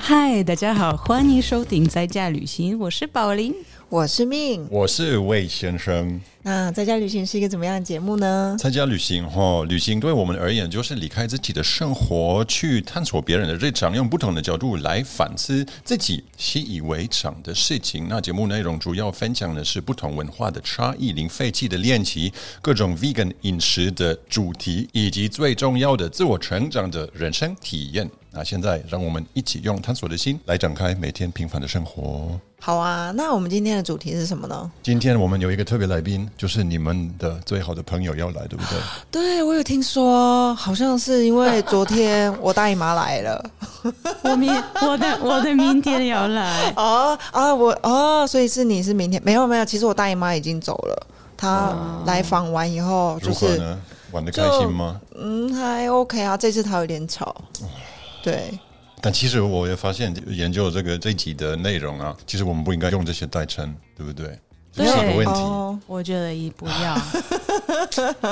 嗨，大家好，欢迎收听《在家旅行》，我是宝林。我是命。我是魏先生。那在家旅行是一个怎么样的节目呢？参加旅行后，旅行对我们而言就是离开自己的生活，去探索别人的日常，用不同的角度来反思自己习以为常的事情。那节目内容主要分享的是不同文化的差异、零废弃的练习、各种 vegan 饮食的主题，以及最重要的自我成长的人生体验。那现在，让我们一起用探索的心来展开每天平凡的生活。好啊，那我们今天的主题是什么呢？今天我们有一个特别来宾，就是你们的最好的朋友要来，对不对？对我有听说，好像是因 为昨天我大姨妈来了。 我明我的我的明天要来， 哦啊，我哦，所以是你是明天？没有没有，其实我大姨妈已经走了。她来访完以后，哦就如何是呢？玩的开心吗？嗯还 OK 啊，这次她有点吵。对，但其实我也发现，研究这个这一集的内容啊，其实我们不应该用这些代称，对不对？这对是一个问题。哦，我觉得也不要。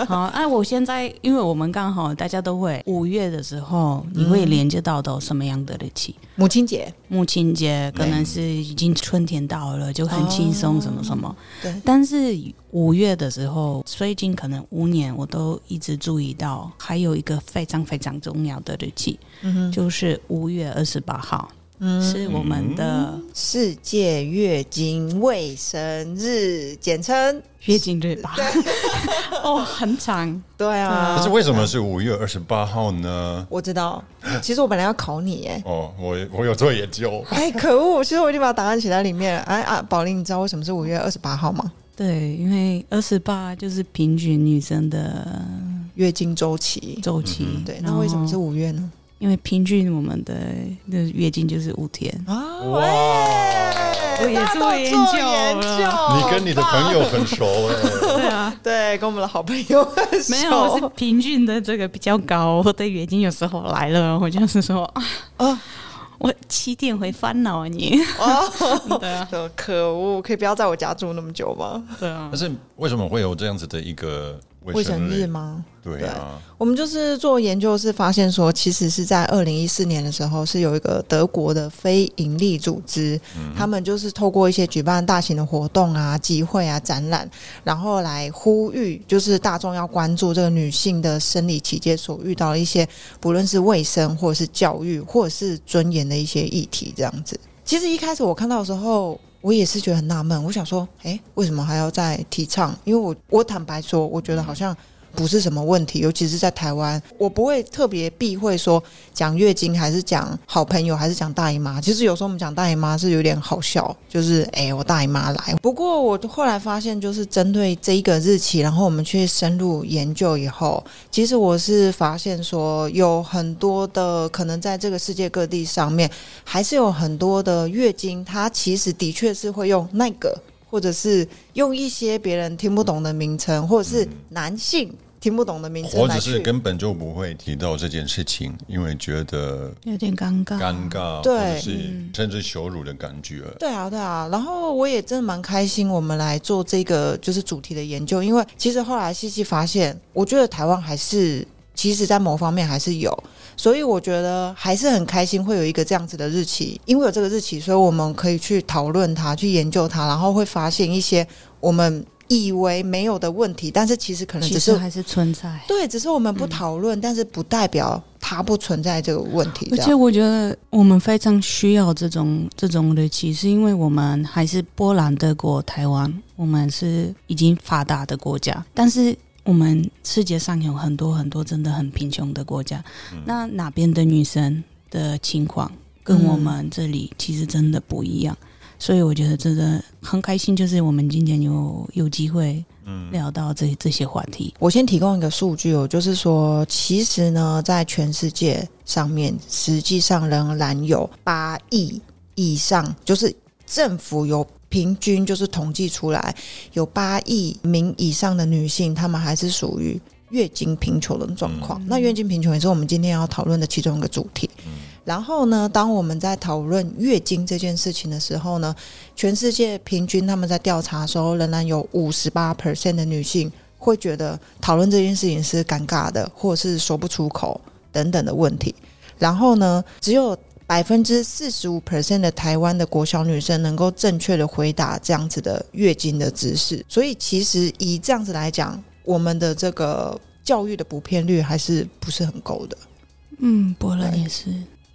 好，那、我现在因为我们刚好大家都会五月的时候，你会连接到的什么样的日期？母亲节，母亲节可能是已经春天到了，就很轻松，什么什哦么。对但是五月的时候，最近可能五年，我都一直注意到，还有一个非常非常重要的日期，嗯就是五月二十八号，是我们嗯的世界月经卫生日，简称月经日吧？ 哦，很长，对啊。但是为什么是五月二十八号呢？我知道，其实我本来要考你耶。。哦，我我有做研究哎，可恶！其实我已经把答案写在里面了。哎啊，宝莉，你知道为什么是五月二十八号吗？对，因为二十八就是平均女生的月经周期。周期，对，然那后为什么是？五月呢？因为平均我们的的月经就是五天。啊，哇哎我也大家都做做研研究啊你跟你的朋友很熟哎、对啊，对，跟我们的好朋友很熟没有，我是平均的这个比较高。我的月经有时候来了， 我就是说啊，啊我七点会烦恼啊你。哦， 对啊，呃可恶！可以不要在我家住那么久吗？对啊但，是为什么会有这样子的一个卫卫生生日？吗？对啊，我们就是做研究，是发现说，其实是在二零一四年的时候，是有一个德国的非营利组织，他们就是透过一些举办大型的活动啊、集会啊、展览，然后来呼吁，就是大众要关注这个女性的生理期间所遇到的一些，不论是卫生或者是教嗯育或者是尊严的一些议题，这样子。其实一开始我看到的时候，我也是觉得很纳闷，我想说，诶，为什么还要再提倡？因为我我坦白说，我觉得好像不是什么问题，尤其是在台湾，我不会特别避讳说讲月经，还是讲好朋友，还是讲大姨妈。其实有时候我们讲大姨妈是有点好笑，就是诶，我大姨妈来。不过我后来发现，就是针对这一个日期，然后我们去深入研究以后，其实我是发现说，有很多的可能在这个世界各地上面，还是有很多的月经，它其实的确是会用那个，或者是用一些别人听不懂的名称，或者是男性听不懂的名嗯称或来者是去。根本就不会提到这件事情，因为觉得有点尴尬。尴尬，啊对嗯或者是甚至羞辱的感觉。对啊，对啊，然后我也真的蛮开心，我们来做这个就是主题的研究，因为其实后来细细发现，我觉得台湾还是其实在某方面还是有，所以我觉得还是很开心会有一个这样子的日期，因为有这个日期，所以我们可以去讨论它，去研究它，然后会发现一些我们以为没有的问题，但是其实可能其只实是还是存在。对，只是我们不讨论，但是不代表它不存在这个问题。而这且样我觉得我们非常需要这种这种日期，是因为我们还是波兰、德国、台湾，我们是已经发达的国家，但是我们世界上有很多很多真的很贫穷的国家，那哪边的女生的情况跟嗯我们这里其实真的不一样。所以我觉得真的很开心，就是我们今天有有机会聊到这这些话题。我先提供一个数据哦，就是说，其实呢，在全世界上面，实际上仍然有八亿以上，就是政府有平均就是统计出来，有八亿名以上的女性，她们还是属于月经贫穷的状况。那月经贫穷也是我们今天要讨论的其中一个主题。然后呢，当我们在讨论月经这件事情的时候呢，全世界平均他们在调查的时候，仍然有五十八 percent 的女性会觉得讨论这件事情是尴尬的，或者是说不出口等等的问题。然后呢，只有百分之四十五 percent 的台湾的国小女生能够正确的回答这样子的月经的知识，所以其实以这样子来讲，我们的这个教育的普遍率还是不是很够的。嗯，波兰也是。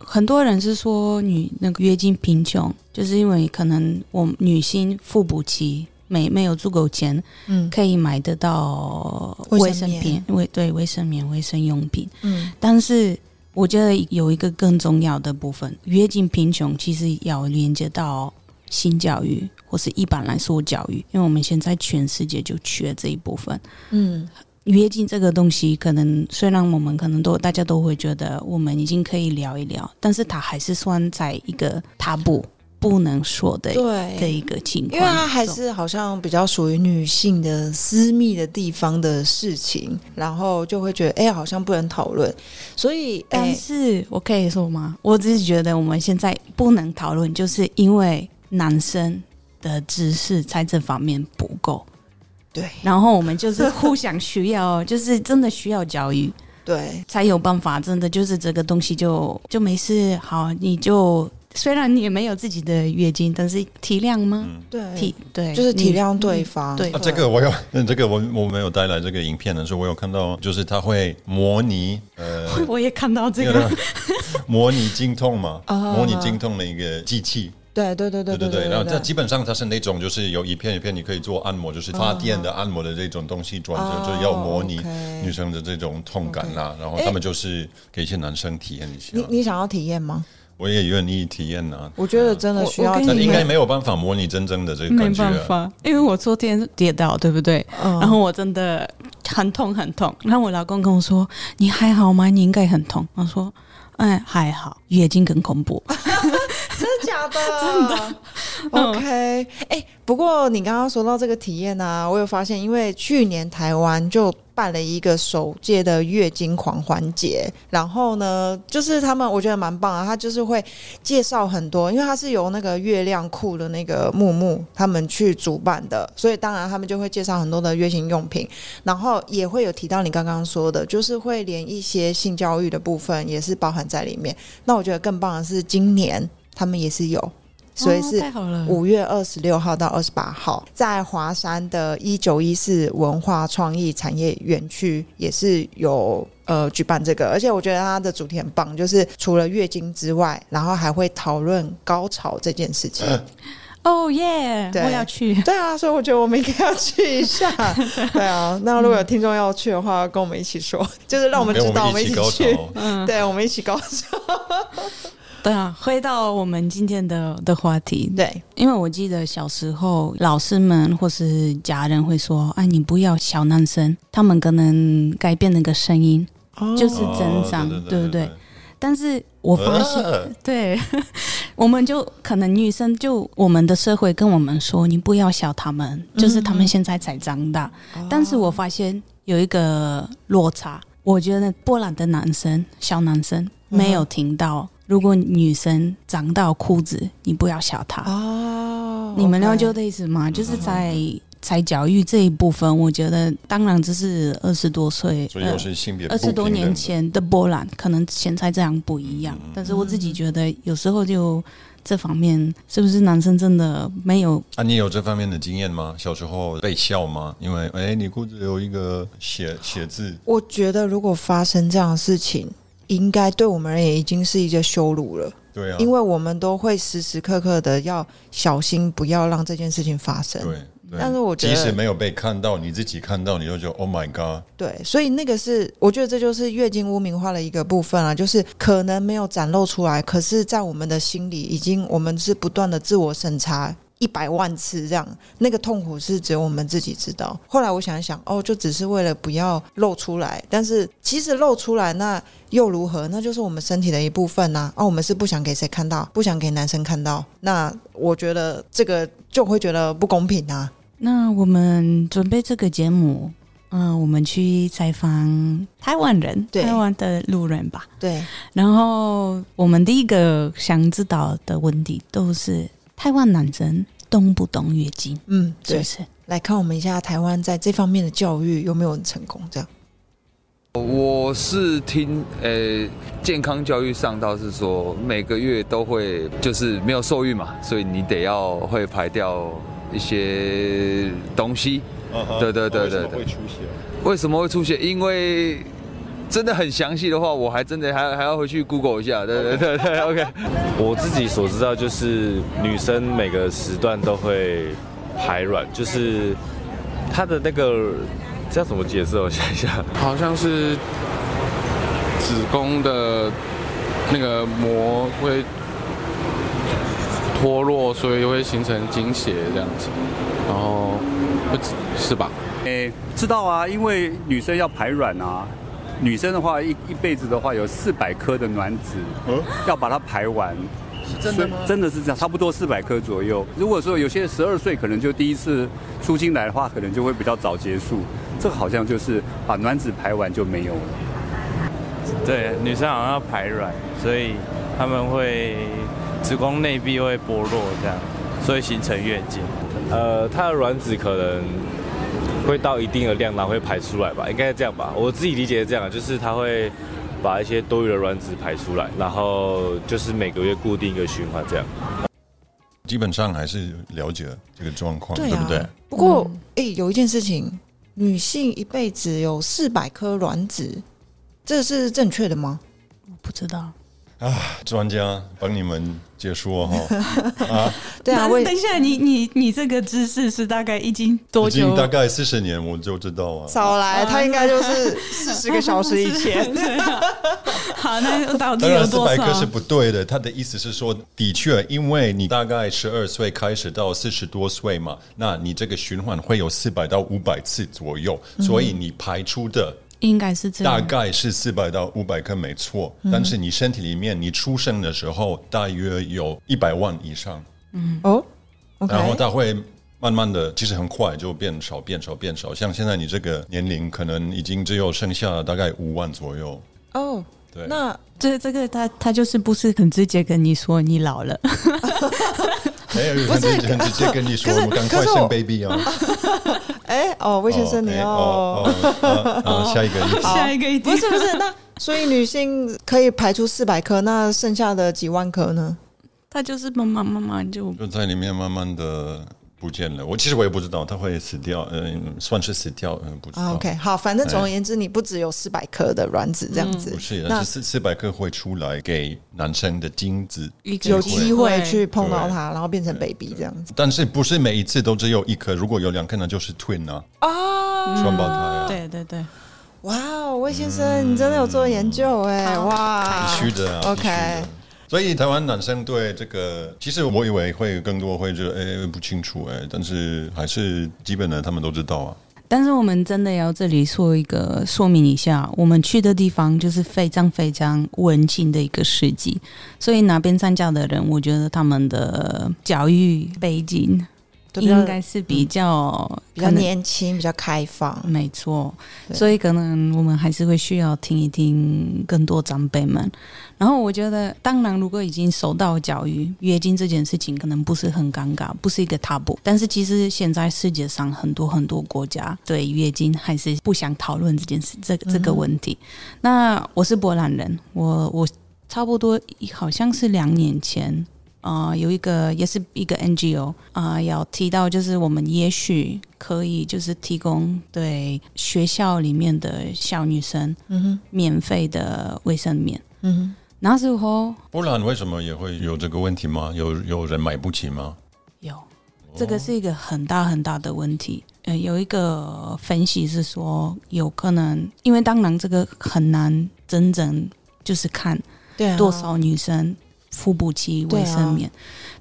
很多人是说女那个月经贫穷，就是因为可能我们女性付不起，没没有足够钱嗯可以买得到卫卫生生棉品，卫对卫生棉、卫生用品。嗯，但是我觉得有一个更重要的部分，约进贫穷其实要连接到性教育，或是一般来说教育，因为我们现在全世界就缺这一部分。嗯约进这个东西，可能虽然我们可能都大家都会觉得我们已经可以聊一聊，但是它还是算在一个 taboo 不能说的的对。一个情因况，为它还是好像比较属于女性的私密的地方的事情，然后就会觉得哎、好像不能讨论，所以哎、但是我可以说吗？我只是觉得我们现在不能讨论，就是因为男生的知识在这方面不够，对然后我们就是互相需要，就是真的需要教育，对才有办法真的就是这个东西就就没事。好，你就虽然你也没有自己的月经，但是体谅吗？嗯。对，体对，就是体谅对你。方。对啊，这个我有， 嗯这个我我没有带来这个影片的时候，我有看到，就是他会模拟 呃，我也看到这那个，个 模拟经痛嘛，啊模拟经痛的一个机器，对对对对对对，然后它基本上它是那种就是有一片一片你可以做按摩，就是发电的按摩的这种东西，转折就要模拟嗯哦，OK 女生的这种痛感啦，然后他们就是给一些男生体验一下你，你想要体验吗？我也愿意体验呐。我觉得真的我需要我跟体但你验，应该没有办法模拟真正的这个没感觉办啊，法，因为我昨天跌倒，对不对？嗯然后我真的很痛很痛。然后我老公跟我说：“你还好吗？你应该很痛。”我说：“哎，还好，月经更恐怖。真的假的？真的。OK，哎、不过你刚刚说到这个体验呢、啊我有发现，因为去年台湾就办了一个首届的月经狂欢节，然后呢，就是他们我觉得蛮棒啊，他就是会介绍很多，因为它是由那个月亮库的那个木木他们去主办的，所以当然他们就会介绍很多的月经用品，然后也会有提到你刚刚说的，就是会连一些性教育的部分也是包含在里面。那我觉得更棒的是，今年他们也是有，所以哦是太好了，五月二十六号到二十八号，在华山的一九一四文化创意产业园区也是有呃举办这个，而且我觉得它的主题很棒，就是除了月经之外，然后还会讨论高潮这件事情。嗯哦耶！对我要去，对啊，所以我觉得我们应该要去一下。对啊，那如果有听众要去的话，跟我们一起说，就是让我们跟知嗯道，我我们们一起起高去。潮。 嗯，对，我们一起高潮。 对啊。回到我们今天 的的话题，对，因为我记得小时候老师们或是家人会说：“哎，你不要小男生，他们可能改变那个声音。”就是哦增长对对对不对但是我发现，呃对，我们就可能女生就我们的社会跟我们说，你不要笑他们，就是他们现在才长大。但是我发现有一个落差，我觉得波兰的男生小男生没有听到，如果女生长到裤子，你不要笑她。哦你们了解我的意思嗯吗？就是在。才教育这一部分，我觉得当然这是二十多岁，呃所以又是性别二十多年前的波兰，可能现在这样不嗯一样。但是我自己觉得，有时候就这方面，是不是男生真的没有？啊，你有这方面的经验吗？小时候被笑吗？因为哎，你裤子有一个写写字，我觉得如果发生这样的事情，应该对我们而言已经是一个羞辱了，对啊，因为我们都会时时刻刻的要小心，不要让这件事情发生。对，对但是我觉即使得没有被看到，你自己看到，你就觉得 Oh my God，对，所以那个是我觉得这就是月经污名化的一个部分啊，就是可能没有展露出来，可是，在我们的心里已经我们是不断的自我审查。一百万次这样，那个痛苦是只有我们自己知道。后来我想一想，哦，就只是为了不要露出来，但是其实露出来那又如何？那就是我们身体的一部分呐、啊。我们是不想给谁看到，不想给男生看到。那我觉得这个就会觉得不公平啊。那我们准备这个节目，嗯、我们去采访台湾人，对台湾的路人吧。对，然后我们第一个想知道的问题都是台湾男生懂不懂月经，嗯，是对不。是？来看我们一下台湾在这方面的教育有没有很成功？这样我是听呃健康教育上到是说每个月都会就是没有受孕嘛，所以你得要会排掉一些东西。嗯对对对对对。出血。为什么会出血？因为真的很详细的话，我还真的还还要回去 Google 一下。对对对对，OK。我自己所知道就是女生每个时段都会排卵，就是她的那个这要怎么解释？我想一下，好像是子宫的那个膜会脱落，所以会形成经血这样子，然后哦不止是吧？诶、知道啊，因为女生要排卵啊。女生的话，一一辈子的话有四百颗的卵子，要把它排完，嗯真的吗所以真的是这样，差不多四百颗左右。如果说有些十二岁可能就第一次出经来的话，可能就会比较早结束。这个好像就是把卵子排完就没有了。对，女生好像要排卵，所以她们会子宫内壁会剥落这样，所以形成月经。呃，她的卵子可能会到一定的量，然后会排出来吧，应该是这样吧。我自己理解是这样，啊就是她会把一些多余的卵子排出来，然后就是每个月固定一个循环这样。基本上还是了解这个状况，对对啊不对？不过嗯，诶、有一件事情，女性一辈子有四百颗卵子，这是正确的吗？我不知道。啊专家帮你们解说 哈，对啊，为等一下，你你你这个姿势是大概已经多已久？。经大概四十年我就知道啊。少来，他应该就是四十个小时以前 对啊好，那到底当哦有然，四多百少克？是不对的。他的意思是说，的确，因为你大概十二岁开始到四十多岁嘛，那你这个循环会有四百到五百次左右，所以你排出的应该是嗯这大样。嗯概是四百到五百克，没错。但是你身体里面，你出生的时候大约有一百万以上，哦嗯，OK，然后它会。慢慢的，其实很快就变少、变少、变少。像现在你这个年龄，可能已经只有剩下大概五万左右。哦，对，那这这个他他就是不是很直接跟你说你老了，没有很直很直接跟你说，可是我们赶快可是生我 baby 啊！ 哎、哦，魏先生，你哎要、哦 哦啊啊下一个意思好 下一个一定不是不是，那所以女性可以排出四百颗，那剩下的几万颗呢？ 他就是慢慢慢慢就就在里面慢慢嗯的嗯不见了。我其实我也不知道它会死掉，嗯，算是死掉，嗯，不知道。啊，OK，好，反正总而言之，你不只有四百颗的卵子这样子，哎嗯不是，但那是四四百克会出来给男生的精子，一个有机会去碰对到它，然后变成 baby 这样子但是不是每一次都只有一颗？如果有两颗，那就是 twin 啊，啊。双胞胎啊，对对对，哇哦，魏先生，你真的有做研究哎，哇，必须的啊 OK 必须的所以台湾男生对这个，其实我以为会更多会就诶、不清楚诶、但是还是基本的他们都知道啊。但是我们真的要这里说一个说明一下，我们去的地方就是非常非常文静的一个市集，所以那边参加的人，我觉得他们的教育背景就比较应该是比较比较可能年轻，比较开放，没错，对所以可能我们还是会需要听一听更多长辈们。然后我觉得，当然，如果已经受到教育，月经这件事情可能不是很尴尬，不是一个 taboo。但是其实现在世界上很多很多国家对月经还是不想讨论这件事，这嗯这个问题。那我是波兰人，我我差不多好像是两年前。啊、有一个也是一个 NGO 啊、要提到就是我们也许可以就是提供对学校里面的小女生嗯哼，免费的卫生棉。嗯哼。那时候波兰为什么也会有这个问题吗？有有人买不起吗？有，这个是一个很大很大的问题。呃，有一个分析是说，有可能因为当然这个很难真正就是看对啊，多少女生付不起卫生棉，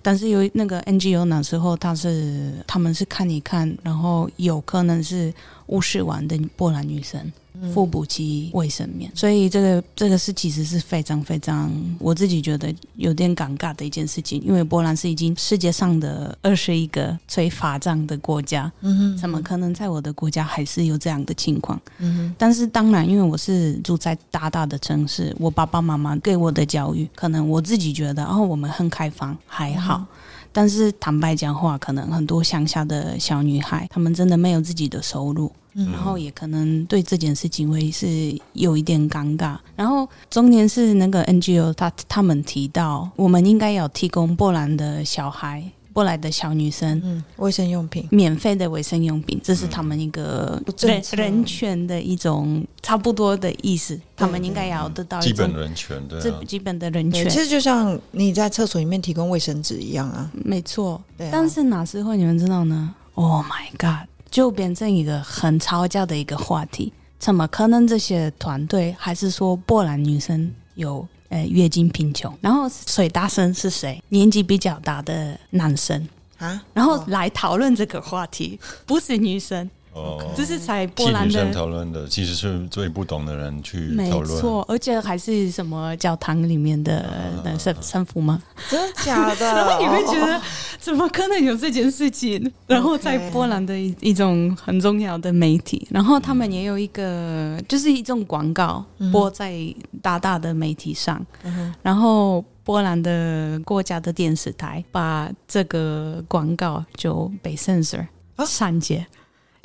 但是有那个 NGO 那时候他是他们是看一看，然后有可能是五十万的波兰女生嗯付不起卫生棉，所以这个这个是其实是非常非常我自己觉得有点尴尬的一件事情，因为波兰是已经世界上的二十一个最发展的国家，嗯哼，怎么可能在我的国家还是有这样的情况？嗯但是当然，因为我是住在大大的城市，我爸爸妈妈给我的教育，可能我自己觉得，哦，我们很开放，还好。嗯但是坦白讲话，可能很多乡下的小女孩，她们真的没有自己的收入，嗯然后也可能对这件事情会是有一点尴尬。然后中年是那个 NGO，他他们提到，我们应该要提供波兰的小孩、波兰的小女生嗯，卫生用品，嗯免费的卫生用品，这是他们一个不正人常人权的一种差不多的意思，他们应该要得到一基种本人权对这啊，基本的人对，权其。实就像你在厕所里面提供卫生纸一样啊。没错，对啊但是哪时候你们知道呢？Oh my god，就变成一个很吵架的一个话题。怎么可能这些团队还是说波兰女生有呃月经贫穷？然后水大生是谁？年纪比较大的男生，啊，然后哦来讨论这个话题，不是女生，哦，这是才波替兰女生的。讨论的，其实是最不懂的人去没讨论。啊错，而且还是什么教堂里面的呃的神神父吗？真的假的？ 然后你会觉 得，怎么可能有这件事情？然后在 OK 波兰的一一种很重要的媒体，然后他们也有一个，就是一种广告播在大大的媒体上，嗯然后波兰的国家的电视台把这个广告就被 censor 啊删节。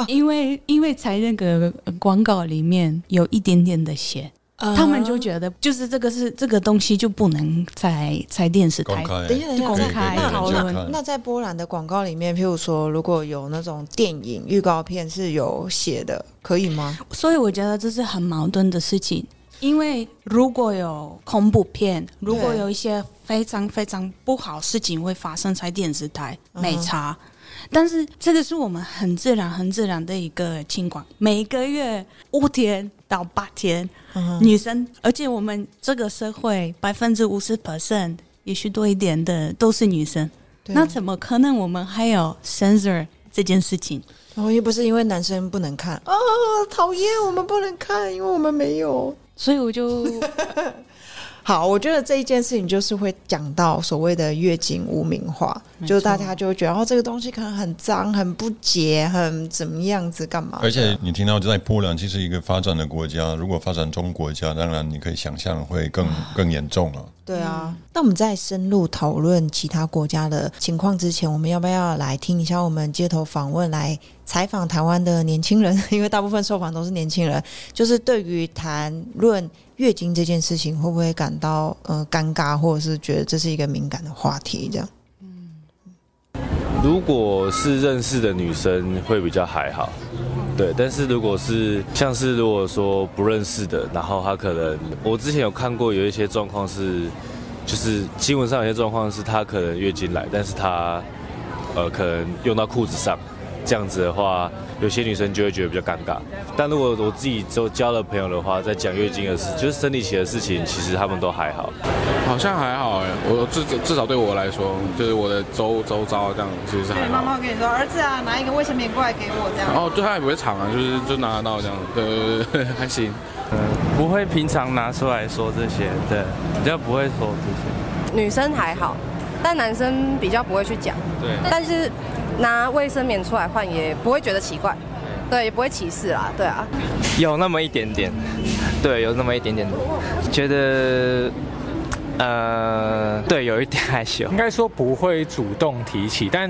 因为因为在那个广告里面有一点点的血，呃他们就觉得就是这个是这个东西就不能在在电视公台开，等一下，等一下，公等一下开对对对讨这论样看那在波兰的广告里面，譬如说，如果有那种电影预告片是有写的，可以吗？所以我觉得这是很矛盾的事情，因为如果有恐怖片，如果有一些非常非常不好事情会发生在电视台，嗯哼没差。但是这个是我们很自然、很自然的一个情况，每个月五天到八天，嗯哼，女生，而且我们这个社会百分之五十 percent，也许多一点的都是女生，对那怎么可能我们还有 censor 这件事情？然哦后又不是因为男生不能看啊，讨厌，我们不能看，因为我们没有。所以我 就好，我觉得这一件事情就是会讲到所谓的月经污名化，没就大错家就会觉得哦，这个东西可能很脏、很不洁、很怎么样子干嘛的？而且你听到，在波兰其实一个发展的国家，如果发展中国家，当然你可以想象会更啊更严重了。对啊，嗯那我们在深入讨论其他国家的情况之前，我们要不要来听一下我们街头访问来采访台湾的年轻人？ 因为大部分受访都是年轻人，就是对于谈论月经这件事情，会不会感到呃尴尬，或者是觉得这是一个敏感的话题？这样，如果是认识的女生会比较还好，对。但是如果是像是如果说不认识的，然后她可能我之前有看过有一些状况是，就是新闻上有些状况是她可能月经来，但是她呃可能用到裤子上，这样子的话，有些女生就会觉得比较尴尬。但如果我自己就交了朋友的话，在讲月经的事，就是生理期的事情，其实他们都还好。好像还好哎，我至至少对我来说，就是我的周周遭这样，其实是还妈妈好。会跟你说，儿子啊，拿一个卫生棉过来给我这样。哦，对他也不会抢啊，就是就拿得到这样，对对对对，还行。嗯不会平常拿出来说这些，对，比较不会说这女生还好，但男生比较不会去讲。些，对。但是拿卫生棉出来换也不会觉得奇怪，对，也不会歧视啦，对啊。有那么一点点， 对，有那么一点点，觉得，呃，对，有一点害羞应。该说不会主动提起，但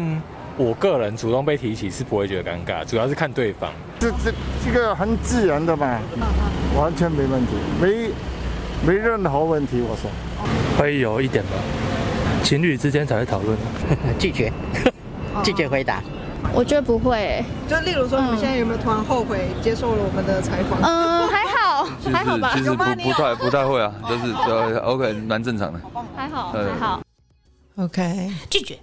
我个人主动被提起是不会觉得尴尬，主要是看对方。这这这个很自然的嘛，完全没问题，没没任何问题。我说，会有一点吧，情侣之间才会讨 论。拒绝，哦拒绝回答。我觉得不会、就例如说，你们现在有没有突然后悔接受了我们的采访？嗯，还好，其实还好吧，其实不不太不太会啊，就是呃 OK 蛮正常的。还好，呃还好。 OK，拒绝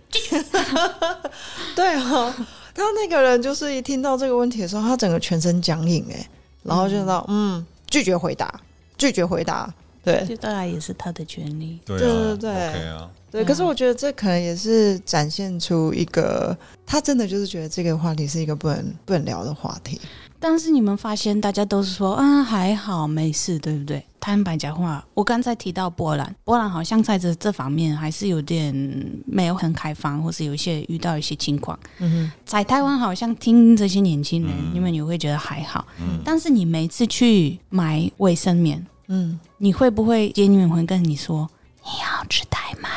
对哦，他那个人就是一听到这个问题的时候，他整个全身僵硬哎、然后就知道嗯，拒绝回答，拒绝回答，对这当然也是他的权利。对对对啊，对 OK 啊，对，可是我觉得这可能也是展现出一个，他真的就是觉得这个话题是一个不能不能聊的话题。但是你们发现，大家都是说，嗯，还好，没事，对不对？坦白讲话，我刚才提到波兰，波兰好像在这这方面还是有点没有很开放，或是有一些遇到一些情况。嗯在台湾，好像听这些年轻人，嗯你们也会觉得还好。嗯但是你每次去买卫生棉，哼，嗯，你会不会店员会跟你说你要吃台吗？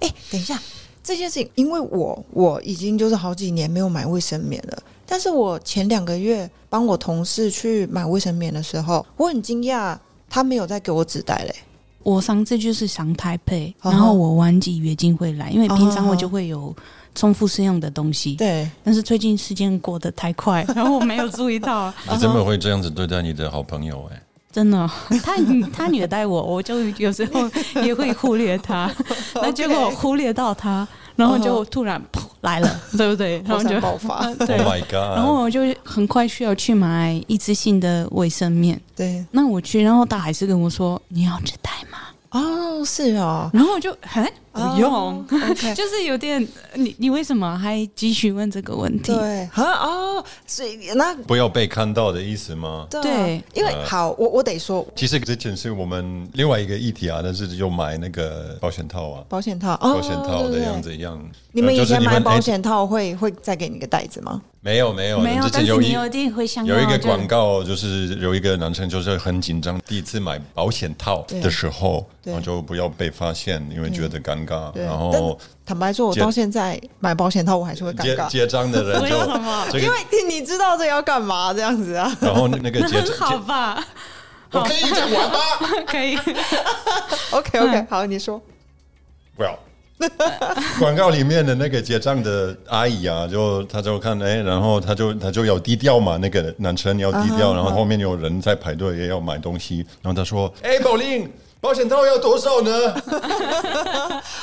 哎、等一下，这件事情，因为我我已经就是好几年没有买卫生棉了。但是我前两个月帮我同事去买卫生棉的时候，我很惊讶，他没有再给我纸袋嘞。我上次就是上台北，然后我忘记月经会来，因为平常我就会有重复使用的东西。对，但是最近时间过得太快，然后我没有注意到。啊啊你真的会这样子对待你的好朋友哎、真的，他他虐待我，我就有时候也会忽略他，那结果忽略到他，然后就突然砰来 了，对不对？然后就火山啊爆发对 o h Oh my god！然后我就很快需要去买一次性的卫生棉。对，那我去，然后他还是跟我说你要纸袋吗？哦，是哦，然后我就哎不哦用， OK 就是有点你你为什么还继续问这个问题？对，啊哦，所以那不要被看到的意思吗？对啊对因为呃好，我我得说其实之前是我们另外一个议题啊，但是有买那个保险套啊，保险套，哦、保险套的对对样子一样。你们呃就以是前买们保哎险套会会再给你个袋子吗？没有没有，没有之但前是有你一有一定会想有一到个就广告，就是有一个男生就是很紧张，第一次买保险套对的时候，对然后就不要被发现，因为觉得尴尬，对然但后坦白说，我结到现在买保险套我还是会尴结尬，结账的人就为什么这因个，为你知道这要干嘛这样子啊。然后那个那结很好账，吧？我可以讲完吗 可以，嗯 OK OK，好，你说。不要。广告里面的那个结账的阿姨啊，就她就看哎，然后她就她就要低调嘛，那个男生要低啊调，然后后面有人在排队也要买东西，然后她说哎，宝林，保险套要多少呢？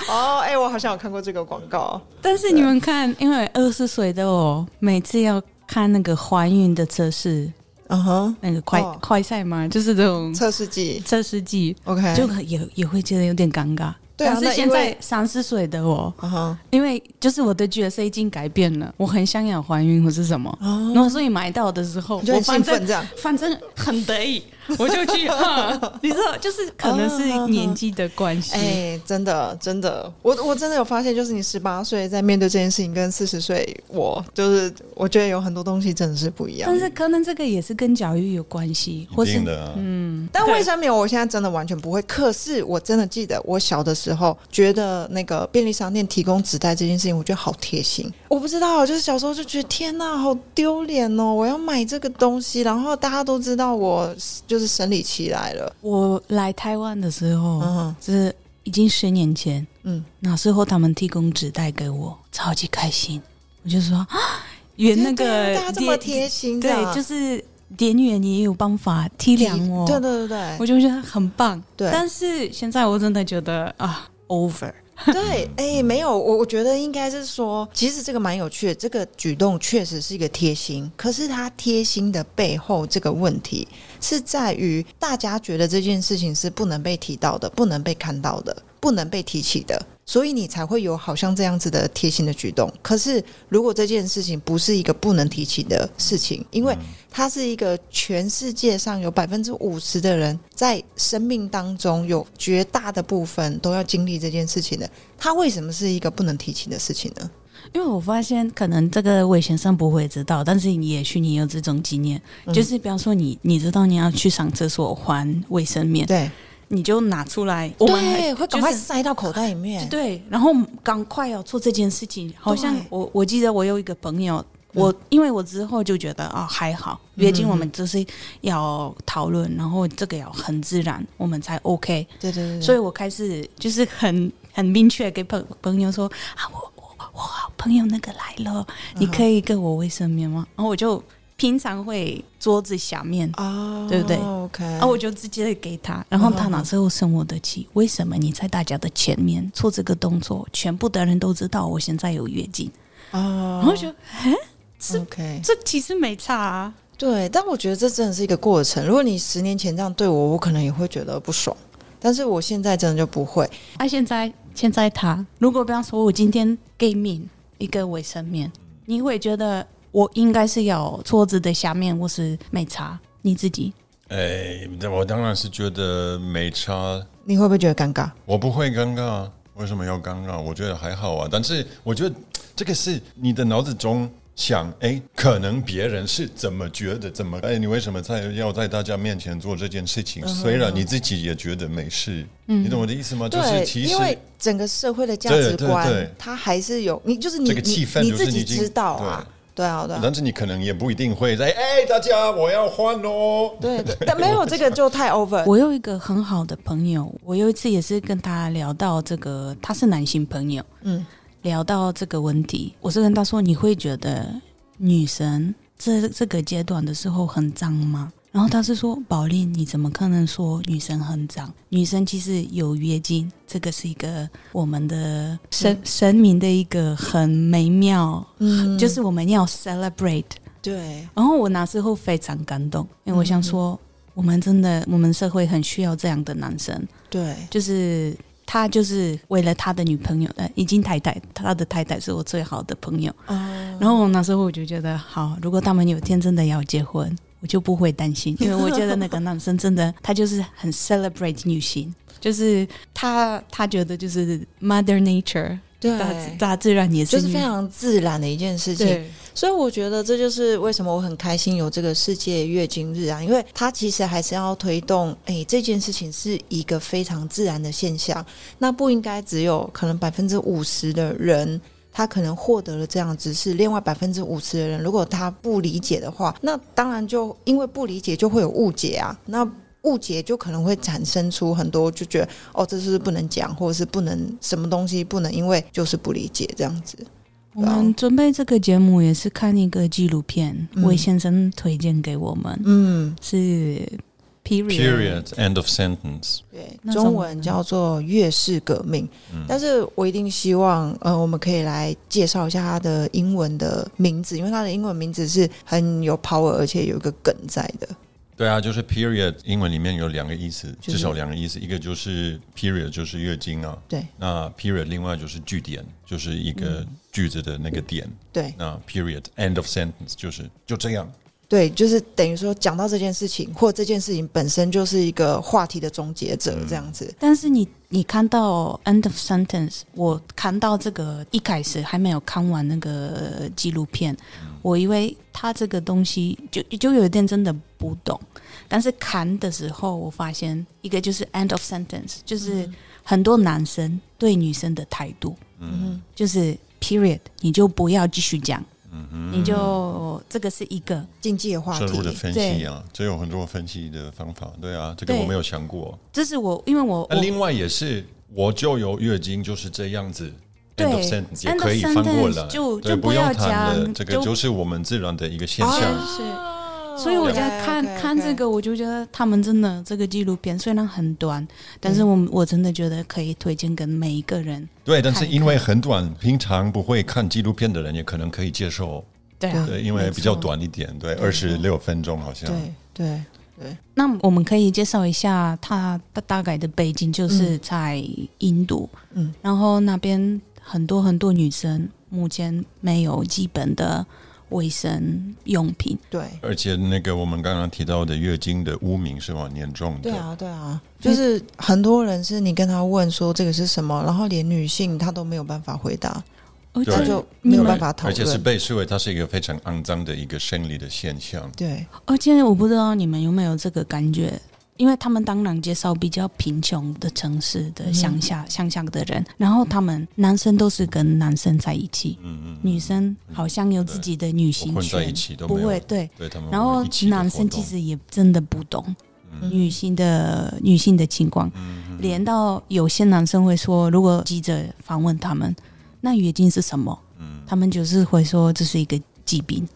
哦，哎、我好像有看过这个广告。但是你们看，因为二十岁的我每次要看那个怀孕的测试，嗯哼，那个快、哦快赛嘛，就是这种测试剂。测试剂， OK，就也也会觉得有点尴尬。对啊但那是因现在为三十岁的我，嗯哼，因为就是我的角色已经改变了，我很想要怀孕或是什么，哦然后所以买到的时候，你就很我反兴奋正这样反正很得意，我就 去，哈你知道，就是可能是年纪的关系。哎、真的真的，我我真的有发现，就是你十八岁在面对这件事情，跟四十岁我，哦就是我觉得有很多东西真的是不一样但。是可能这个也是跟教育有关系，一或是定的、啊，嗯，但对卫生棉我现在真的完全不会，可是我真的记得我小的时候，觉得那个便利商店提供纸袋这件事情，我觉得好贴心。我不知道，就是小时候就觉得天呐，好丢脸哦！我要买这个东西，然后大家都知道我就是生理期来了，我来台湾的时候，嗯是已经十年前，嗯，那时候他们提供纸袋给我，超级开心。我就说， 啊，原那对个啊大家这么店贴心这样，对，就是店员也有办法体谅我，对对对对，我就觉得很棒。对但是现在我真的觉得啊，over。对，哎、没有，我我觉得应该是说，其实这个蛮有趣的，这个举动确实是一个贴心，可是他贴心的背后这个问题是在于大家觉得这件事情是不能被提到的，不能被看到的，不能被提起的。所以你才会有好像这样子的贴心的举动。可是，如果这件事情不是一个不能提起的事情，因为它是一个全世界上有百分之五十的人在生命当中有绝大的部分都要经历这件事情的，它为什么是一个不能提起的事情呢？因为我发现，可能这个魏先生不会知道，但是也许你有这种经验，嗯就是比方说你你知道你要去上厕所还卫生棉，对，你就拿出来，我们对，会赶快就是塞到口袋里面。对，然后赶快要做这件事情。好像对我我记得我有一个朋友，我、因为我之后就觉得啊、还好，嗯毕竟我们就是要讨论，然后这个要很自然，我们才 OK。对对对对，所以我开始就是很 很明确给朋朋友说啊，我我我好朋友那个来了，嗯你可以给我卫生棉吗？然后我就平常会桌子下面。啊，对不对？OK，然后我就直接给他，然后他哪时候生我的气？为什么你在大家的前面做这个动作？全部的人都知道我现在有月经，啊，然后就哎，是 OK，这其实没差啊。对，但我觉得这真的是一个过程。如果你十年前这样对我，我可能也会觉得不爽，但是我现在真的就不会。啊，现在现在他，如果比方说我今天给命一个卫生棉，你会觉得我应该是要桌子的下面，或是没差？你自己哎，那我当然是觉得没差，你会不会觉得尴尬？我不会尴尬，啊为什么要尴尬？我觉得还好啊，但是我觉得这个是你的脑子中想，哎，可能别人是怎么觉得，怎么，哎，你为什么在要在大家面前做这件事情？虽然你自己也觉得没事，你懂我的意思吗？就是嗯对，其实因为整个社会的价对值对观对，它还是有你，就是你这个气氛你就自是你己已经知道啊。对啊，对啊。但是你可能也不一定会在哎，大家我要换哦。对，但没有这个就太 over。我有一个很好的朋友，我有一次也是跟他聊到这个，他是男性朋友，嗯，聊到这个问题，我是跟他说，你会觉得女神这这个阶段的时候很脏吗？然后他是说，宝莉，你怎么可能说女生很脏？女生其实有月经，这个是一个我们的神神明的一个很美妙，嗯就是我们要 celebrate。对，嗯然后我那时候非常感动，因为我想说，我们真的，我们社会很需要这样的男生，对，就是他就是为了他的女朋友，呃，已经太太，他的太太是我最好的朋友。哦然后我那时候我就觉得，好，如果他们有一天真的要结婚，我就不会担心，因为我觉得那个男生真的，他就是很 celebrate 女性，就是他他觉得就是 mother nature，对大自大自然也是就是女非常自然的一件事情对。所以我觉得这就是为什么我很开心有这个世界月经日啊，因为它其实还是要推动，哎、这件事情是一个非常自然的现象，那不应该只有可能百分之五十的人。他可能获得了这样的知识，另外百分之五十的人，如果他不理解的话，那当然就因为不理解就会有误解啊。那误解就可能会产生出很多，就觉得哦，这是不是不能讲，或者是不能什么东西不能，因为就是不理解这样子。我们准备这个节目也是看一个纪录片，嗯魏先生推荐给我们，嗯，是 period，, Period. End of sentence. 对那，中种文叫做月氏革命。但是我一定希望，呃，我们可以来介绍一下它的英文的名字，因为它的英文名字是很有 power，而且有一个梗在的。对啊，就是 period，英文里面有两个意思，就至是少两个意思，一个就是 period 就是月经啊，对，那 period 另外就是句点，就是一嗯个句子的那个点，对那 period end of sentence 就是就这样，对，就是等于说讲到这件事情，或这件事情本身就是一个话题的终结者，这样子。但是你你看到 end of sentence，我看到这个一开始还没有看完那个纪录片，嗯我以为他这个东西就就有一点真的不懂，但是看的时候我发现一个就是 end of sentence，就是很多男生对女生的态度，嗯就是 period，你就不要继续讲，嗯哼你就这个是一个禁忌的话深入的分析对，啊，这有很多分析的方法，对啊，这个对我没有想过。这是我因为我那我另外也是，我就有月经就是这样子。对 end of sentence 也 end of 可以翻过来， sentence 就对就不不要谈了。讲这个就哦就是我们自然的一个现象。是，所以我觉得看 OK，OK，OK 看这个，我就觉得他们真的这个纪录片虽然很短，但嗯是我们我真的觉得可以推荐给每一个人。对，但是因为很短，平常不会看纪录片的人也可能可以接受。对啊对，因为比较短一点，对，二十六分钟好像。对对对，那我们可以介绍一下它的大概的背景，就是在印度，嗯，然后那边很多很多女生目前没有基本的卫生用品，对，而且那个我们刚刚提到的月经的污名是蛮严重的对。啊，对啊，就是很多人是你跟他问说这个是什么，然后连女性她都没有办法回答，那而对哦就没有对办法讨而且是论。被视为它是一个非常肮脏的一个生理的现象。对，而且哦我不知道你们有没有这个感觉，因为他们当然介绍比较贫穷的城市嗯的乡下、乡下的人，然后他们男生都是跟男生在一起，嗯嗯，女生好像有自己的女性混在圈，一起都不没有会对。对他们然后一起的活男动生其实也真的不懂嗯女性的女性的情况，连到有些男生会说，如果记者访问他们，那月经是什么？嗯他们就是会说这是一个疾病，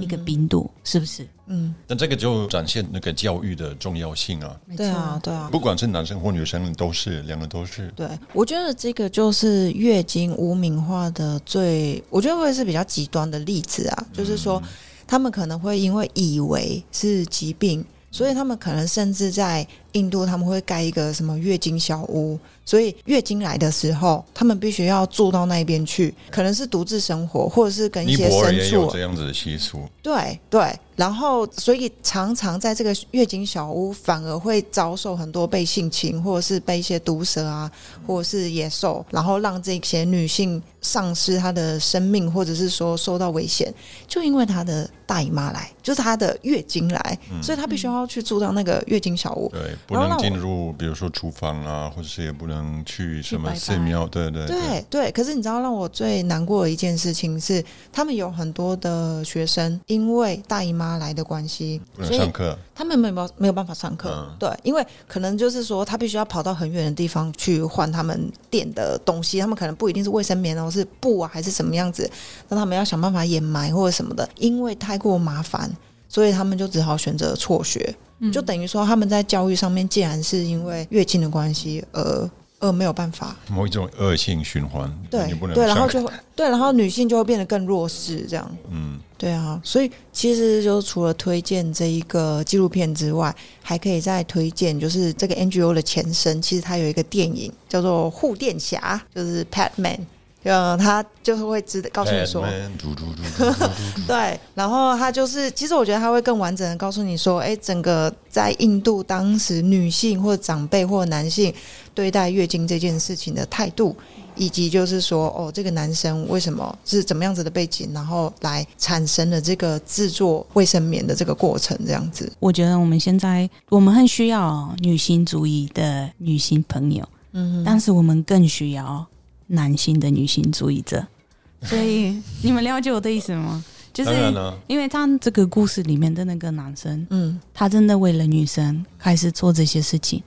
一个病毒，是不是？嗯，但这个就展现那个教育的重要性啊。对啊，对啊，不管是男生或女生，都是两个都是。对，我觉得这个就是月经污名化的最，我觉得会是比较极端的例子啊，嗯就是说他们可能会因为以为是疾病，所以他们可能甚至在印度他们会盖一个什么月经小屋，所以月经来的时候，他们必须要住到那边去，可能是独自生活，或者是跟一尼些泊尔牲也有畜这样子的习俗，对对，然后所以常常在这个月经小屋，反而会遭受很多被性侵，或者是被一些毒蛇啊，或者是野兽，然后让这些女性丧失她的生命，或者是说受到危险，就因为她的大姨妈来，就是她的月经来，所以她必须要去住到那个月经小屋。嗯对，不然能后让我进入，比如说厨房啊，或者是也不能去什么拜拜寺庙，对对对对，可是你知道让我最难过的一件事情是，他们有很多的学生因为大姨妈来的关系，不能所以上课。他们没有没有办法上课。嗯对，因为可能就是说他必须要跑到很远的地方去换他们店的东西，他们可能不一定是卫生棉哦，是布啊还是什么样子，那他们要想办法掩埋或者什么的，因为太过麻烦，所以他们就只好选择辍学。嗯就等于说他们在教育上面，既然是因为月经的关系而而没有办法某一种恶性循环，对你不能对，然后上就会对，然后女性就会变得更弱势，这样。嗯，对啊，所以其实就除了推荐这一个纪录片之外，还可以再推荐，就是这个 NGO 的前身，其实它有一个电影叫做《护垫侠》，就是 Patman，呃，他就是会知告诉你说， Batman，嘟嘟嘟对，然后他就是，其实我觉得他会更完整的告诉你说，哎，整个在印度当时女性或者长辈或者男性对待月经这件事情的态度，以及就是说，哦，这个男生为什么是怎么样子的背景，然后来产生了这个制作卫生棉的这个过程，这样子。我觉得我们现在我们很需要女性主义的女性朋友，嗯但是我们更需要男性的女性主义者。所以你们了解我的意思 吗？就是当然了因为他这个故事里面的那个男生，嗯，他真的为了女生开始做这些事情。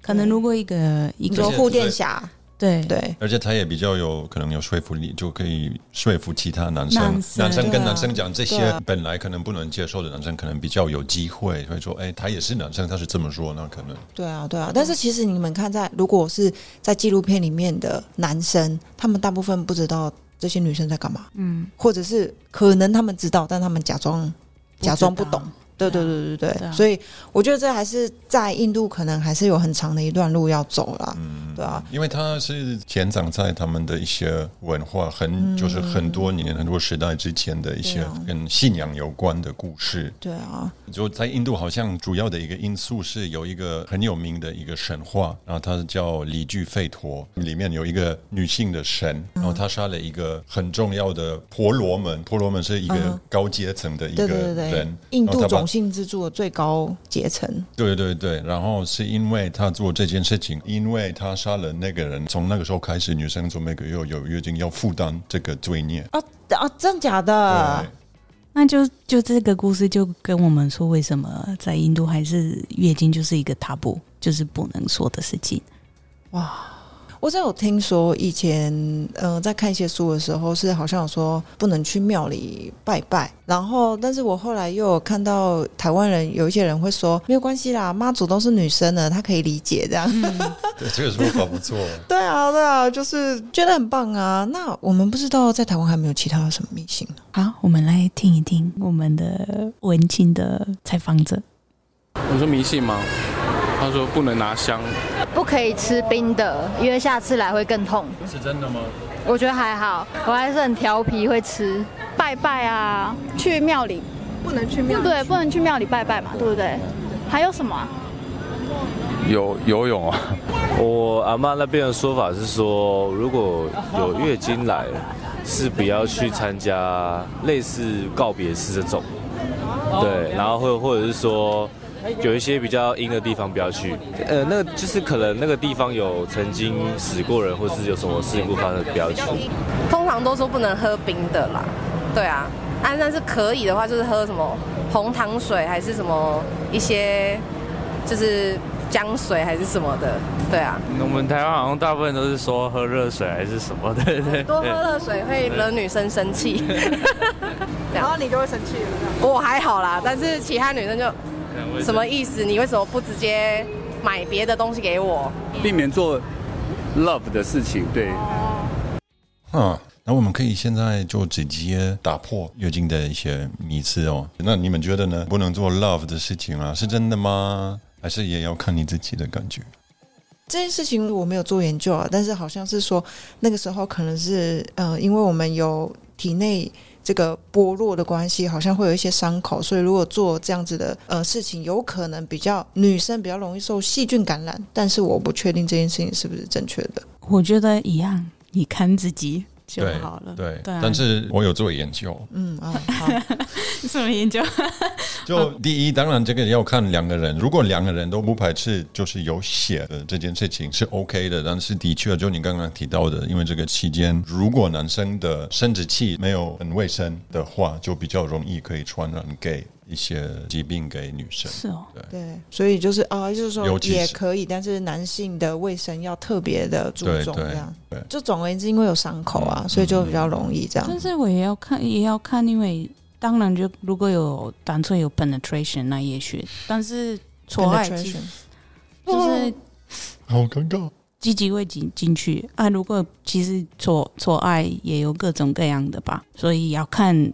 可能如果一个一你个说护垫侠，对对，而且他也比较有可能有说服力，就可以说服其他男生。男生跟对啊男生讲这对些啊本来可能不能接受的男生，可能比较有机会会说：“哎，他也是男生，他是这么说，那可能对啊，对啊，但是其实你们看在，如果是在纪录片里面的男生，他们大部分不知道这些女生在干嘛，嗯，或者是可能他们知道，但他们假装不知道假装不懂。对对对对对，对啊所以我觉得这还是在印度可能还是有很长的一段路要走啦。嗯对啊，因为他是潜藏在他们的一些文化很，嗯就是很多年、很多时代之前的一些对啊跟信仰有关的故事。对啊，就在印度，好像主要的一个因素是有一个很有名的一个神话，然后它叫李居吠陀，里面有一个女性的神，嗯然后她杀了一个很重要的婆罗门，婆罗门是一个嗯高阶层的一个对人，对对对，印然后度她把种姓制度的最高阶层，对对对，然后是因为他做这件事情，因为他杀了那个人，从那个时候开始，女生就每个月有月经要负担这个罪孽。啊，哦真假的？那就就这个故事就跟我们说，为什么在印度还是月经就是一个 taboo，就是不能说的事情。我真有听说，以前呃在看一些书的时候，是好像有说不能去庙里拜拜，然后但是我后来又有看到台湾人有一些人会说没有关系啦，妈祖都是女生的，她可以理解这样。嗯对，这个说法不错。对啊，对啊，就是觉得很棒啊。那我们不知道在台湾还没有其他什么迷信呢？好，我们来听一听我们的文青的采访者。我说迷信吗？他说不能拿香， 不可以吃冰的，因为下次来会更痛。是真的吗？我觉得还好，我还是很调皮，会吃。拜拜啊，去庙里，不能去庙里对，不能去庙里拜拜嘛，对不对？还有什么、啊？游游泳啊， 我阿妈那边的说法是说，如果有月经来，是不要去参加类似告别式这种，对，然后或或者是说。有一些比较阴的地方不要去，呃，那个就是可能那个地方有曾经死过人，或是有什么事故发生，不要去。通常都说不能喝冰的啦，对啊，啊，但是可以的话，就是喝什么红糖水，还是什么一些，就是姜水还是什么的，对啊，我们台湾好像大部分都是说喝热水还是什么的，对对。多喝热水会惹女生生气，然后你就会生气了。我还好啦，但是其他女生就什么意思？你为什么不直接买别的东西给我？避免做 love 的事情，对。嗯，那我们可以现在就直接打破月经的一些迷思哦。那你们觉得呢？不能做 love 的事情啊，是真的吗？还是也要看你自己的感觉？这件事情我没有做研究啊，但是好像是说那个时候可能是呃，因为我们有体内这个剥落的关系，好像会有一些伤口，所以如果做这样子的呃事情，有可能比较女生比较容易受细菌感染，但是我不确定这件事情是不是正确的。我觉得一样，你看自己，就好了。对，对啊但是我有做研究，嗯啊， 好什么研究？就第一，当然这个要看两个人，如果两个人都不排斥，就是有血的这件事情是 OK 的。但是的确，就你刚刚提到的，因为这个期间，如果男生的生殖器没有很卫生的话，就比较容易可以传染给一些疾病给女生。是哦，对，所以就是啊、就是尤说其是也可以，但是男性的卫生要特别的注对重，对这样。对嗯就总而言之，因为有伤口啊，所以就比较容易这样。但是我也要看，也要看，因为当然就如果有单纯有 penetration 那也许，但是错爱其实 Penetration 就是好尴尬。积极会进进去啊。如果其实错错爱也有各种各样的吧，所以要看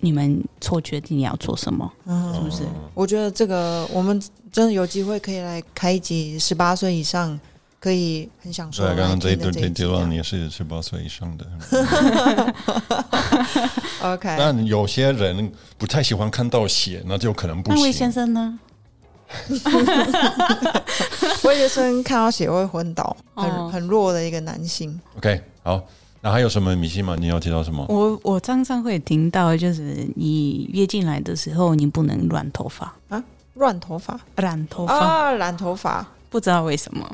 你们错决定要做什么，是不是？我觉得这个我们真的有机会可以来开一集十八岁以上可以很享受对，来刚刚这听一的段这这一一集段也是十八岁以上的。 OK，但有些人不太喜欢看到血，那就可能不那行。魏先生呢？ 魏先生看到血会昏倒，哦很很弱的一个男性。 OK，好，那还有什么迷信吗？你要提到什么？我我常常会听到，就是你约进来的时候，你不能染头发，啊，乱头发染头发、啊，染头发，不知道为什么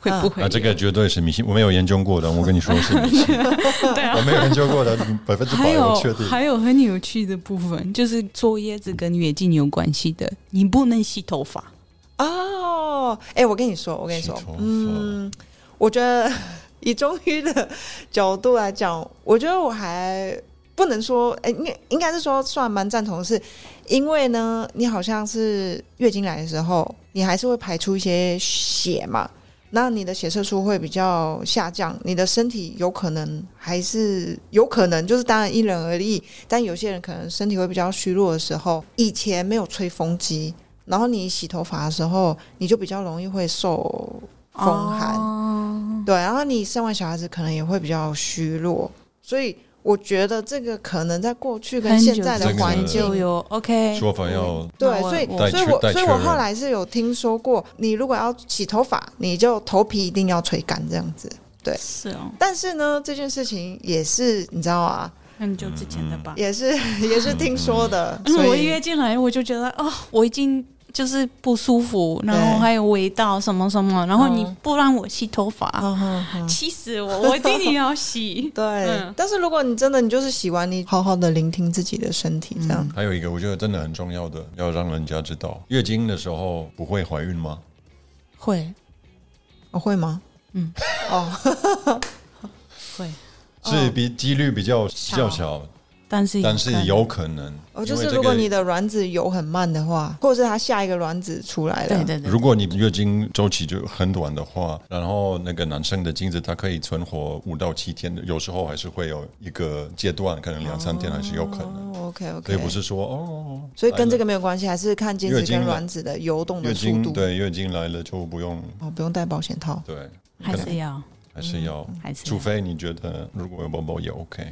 会不会啊，这个绝对是迷信，我没有研究过的，我跟你说是迷信， 对 啊我没有研究过的，百分之呃还百有我确定。还有很有趣的部分，就是坐椰子跟月经有关系的，你不能洗头发。哦，哎、我跟你说，我跟你说，嗯，我觉得以中医的角度来讲，我觉得我还不能说，哎、应该应该是说算蛮赞同的是，因为呢，你好像是月经来的时候，你还是会排出一些血嘛。那你的血色素会比较下降，你的身体有可能还是有可能，就是当然因人而异。但有些人可能身体会比较虚弱的时候，以前没有吹风机，然后你洗头发的时候，你就比较容易会受风寒。哦对，然后你生完小孩子可能也会比较虚弱，所以我觉得这个可能在过去跟很久现在的之前环境就有 OK 说法要对，所以带所以确我带所以确我认后来是有听说过，你如果要洗头发，你就头皮一定要吹干这样子。对，是哦，但是呢，这件事情也是你知道啊，很久之前的吧。也是 也是听说的。嗯所以我一约进来，我就觉得哦，我已经就是不舒服，然后还有味道什么什么，然嗯后你不让我洗头发，气死我！ 我一定 要洗。对，嗯但是如果你真的你就是洗完，你好好的聆听自己的身体，这样、还有一个，我觉得真的很重要的，要让人家知道，月经的时候不会怀孕吗？会哦、会吗？嗯，哦， 会， 是比几率比较比较小，哦但是但是有可能，哦，因就为是这如果个你的卵子游很慢的话，或者是它下一个卵子出来了，对对对，如果你月经周期就很短的话，然后那个男生的精子它可以存活五到七天，有时候还是会有一个阶段，可能两三天还是有可能。哦，OK 所 OK，以不是说哦，所以跟这个个没有关系，还是看精月子经跟来卵子的游动月的速经度。对月经来了就不用哦，不用戴保险套。对，还是要嗯还是要，还是要除非你觉得如果有宝宝也 OK。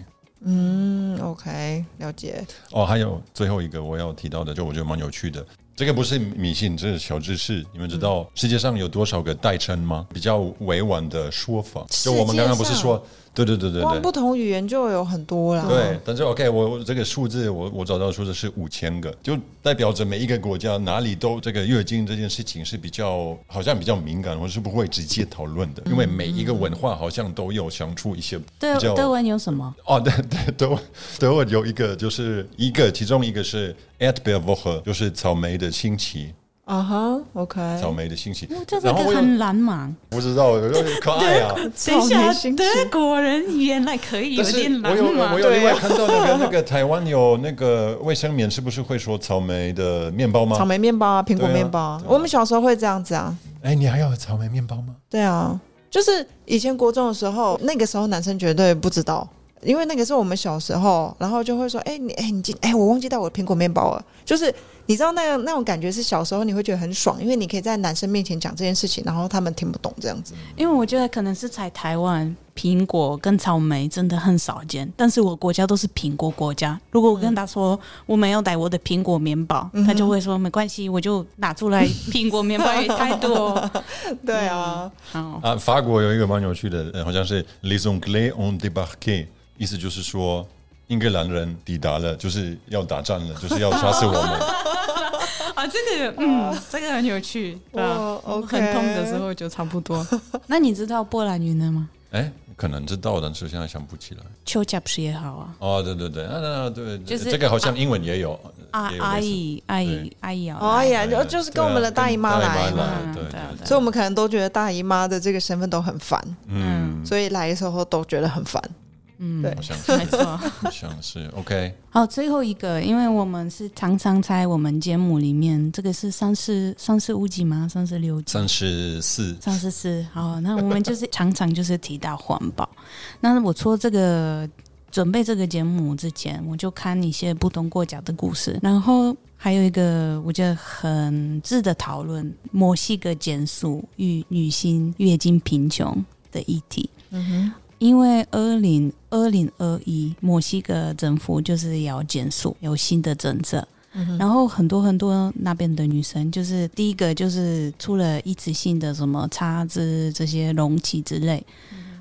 嗯，OK，了解。哦，还有最后一个我要提到的，就我觉得蛮有趣的。这个不是迷信，这是小知识。你们知嗯道世界上有多少个代称吗？比较委婉的说法，就我们刚刚不是说，对对对对光不对，同语言就有很多啦。对。但是 OK，我我这个数字我我找到的数字是五千个，就代表着每一个国家哪里都这个月经这件事情是比较好像比较敏感，或是不会直接讨论的，因为每嗯一个文化好像都有想出一些德比较德文有什么？哦，对对，德文德文有一个，就是一个，其中一个是 a t b e r w o c h 就是草莓的星期，啊哈，OK。草莓的星期。哎这然个后我很又难嘛。不知 道，有点可爱啊。等一下，德国人原来可以有但是点我难有嘛？我有另外看到那个那个台湾有那个卫生棉，是不是会说草莓的面包吗？草莓面包啊，苹果对啊面包啊，我们小时候会这样子啊。哎，你还有草莓面包吗？对啊，就是以前国中的时候，那个时候男生绝对不知道，因为那个是我们小时候，然后就会说，哎、你哎、你今哎、我忘记带我的苹果面包了，就是。你知道那样那种感觉是小时候你会觉得很爽，因为你可以在男生面前讲这件事情，然后他们听不懂这样子。因为我觉得可能是在台湾苹果跟草莓真的很少见，但是我国家都是苹果国家。如果我跟他说、我没有带我的苹果面包，嗯哼他就会说没关系，我就拿出来苹果面包也太多。嗯 对啊，好，啊，法国有一个蛮有趣的，呃好像是 Les Anglais ont débarqué，意思就是说英格兰人抵达了，就是要打仗了，就是要杀死我们。 啊，这个嗯，这个很有趣，对啊哦，，OK 很痛的时 候就差不多。那你知道波兰语呢吗？哎，可能知道，但是现在想不起来。秋甲不是也好啊，哦，对对对，啊，那对，就是这个好像英文也有，啊也有类似阿姨阿姨阿姨啊，哦，哎呀，就就是跟我们的大姨妈来对嘛，啊对对，所以我们可能都觉得大姨妈的这个身份都很烦，嗯，所以来的时候都觉得很烦。嗯，对好像是，没错。好像是 OK。好，最后一个，因为我们是常常在我们节目里面，这个是三十三十五集吗？三十六集？三十四，上次是好，那我们就是常常就是提到环保。 那我做这个准备这个节目之前，我就看一些不同国家的故事，然后还有一个我觉得很值得讨论墨西哥减速与女性月经贫穷的议题。嗯因为二零二零二一，墨西哥政府就是要减速，有新的政策，嗯嗯哼然后很多很多那边的女生，就是第一个就是除了一次性的什么叉子、这些容器之类，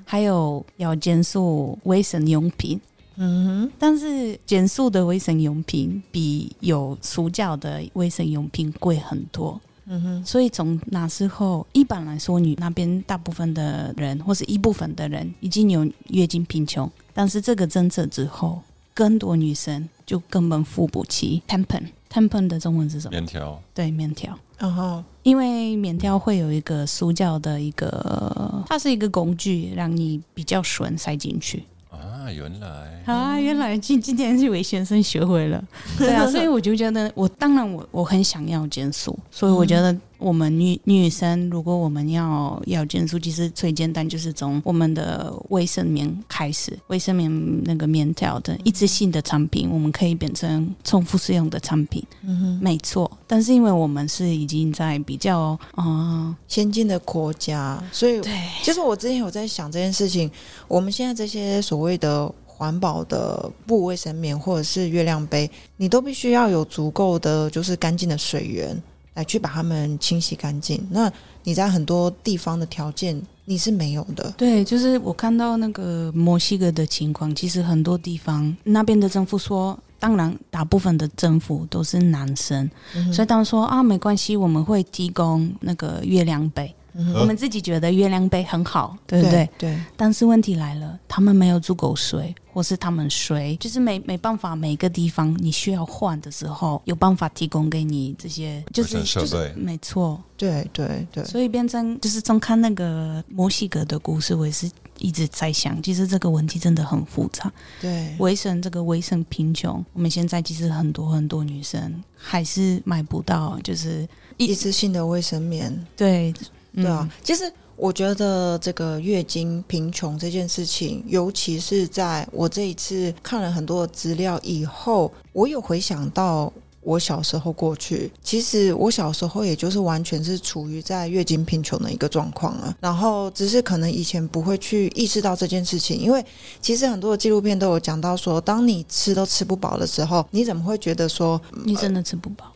还有要减速卫生用品。嗯但是减速的卫生用品比有塑胶的卫生用品贵很多。嗯哼，所以从那时候，一般来说，你那边大部分的人或是一部分的人已经有月经贫穷，但是这个政策之后，更多女生就根本付不起 tampon。tampon 的中文是什么？面条，对，面条。然后因为棉条会有一个塑胶的一个，它是一个工具，让你比较顺塞进去。啊，原来啊，原来今今天是韦先生学会了，对啊，所以我就觉得我，当然我我很想要减速，所以我觉得我们女女生如果我们要要减速，其实最简单就是从我们的卫生棉开始，卫生棉那个棉条的一次性的产品，我们可以变成重复使用的产品，嗯哼，没错。但是因为我们是已经在比较嗯先进的国家，所以对其实我之前有在想这件事情，我们现在这些所谓的环保的布卫生棉或者是月亮杯，你都必须要有足够的就是干净的水源来去把它们清洗干净。那你在很多地方的条件你是没有的，对，就是我看到那个墨西哥的情况，其实很多地方那边的政府说，当然大部分的政府都是男生，嗯所以他们说啊，没关系，我们会提供那个月亮杯，嗯我们自己觉得月亮杯很好，对不对？对对，但是问题来了，他们没有足够水，或是他们水就是没没办法，每个地方你需要换的时候，有办法提供给你这些，就是卫生设备就是没错，对对对，所以变成就是从看那个墨西哥的故事，我也是一直在想，其实这个问题真的很复杂。对维生这个维生贫穷，我们现在其实很多很多女生还是买不到，就是一次性的卫生棉，对嗯对啊，，其实我觉得这个月经贫穷这件事情，尤其是在我这一次看了很多的资料以后，我有回想到我小时候过去。其实我小时候也就是完全是处于在月经贫穷的一个状况啊，然后只是可能以前不会去意识到这件事情，因为其实很多的纪录片都有讲到说，当你吃都吃不饱的时候，你怎么会觉得说呃你真的吃不 饱。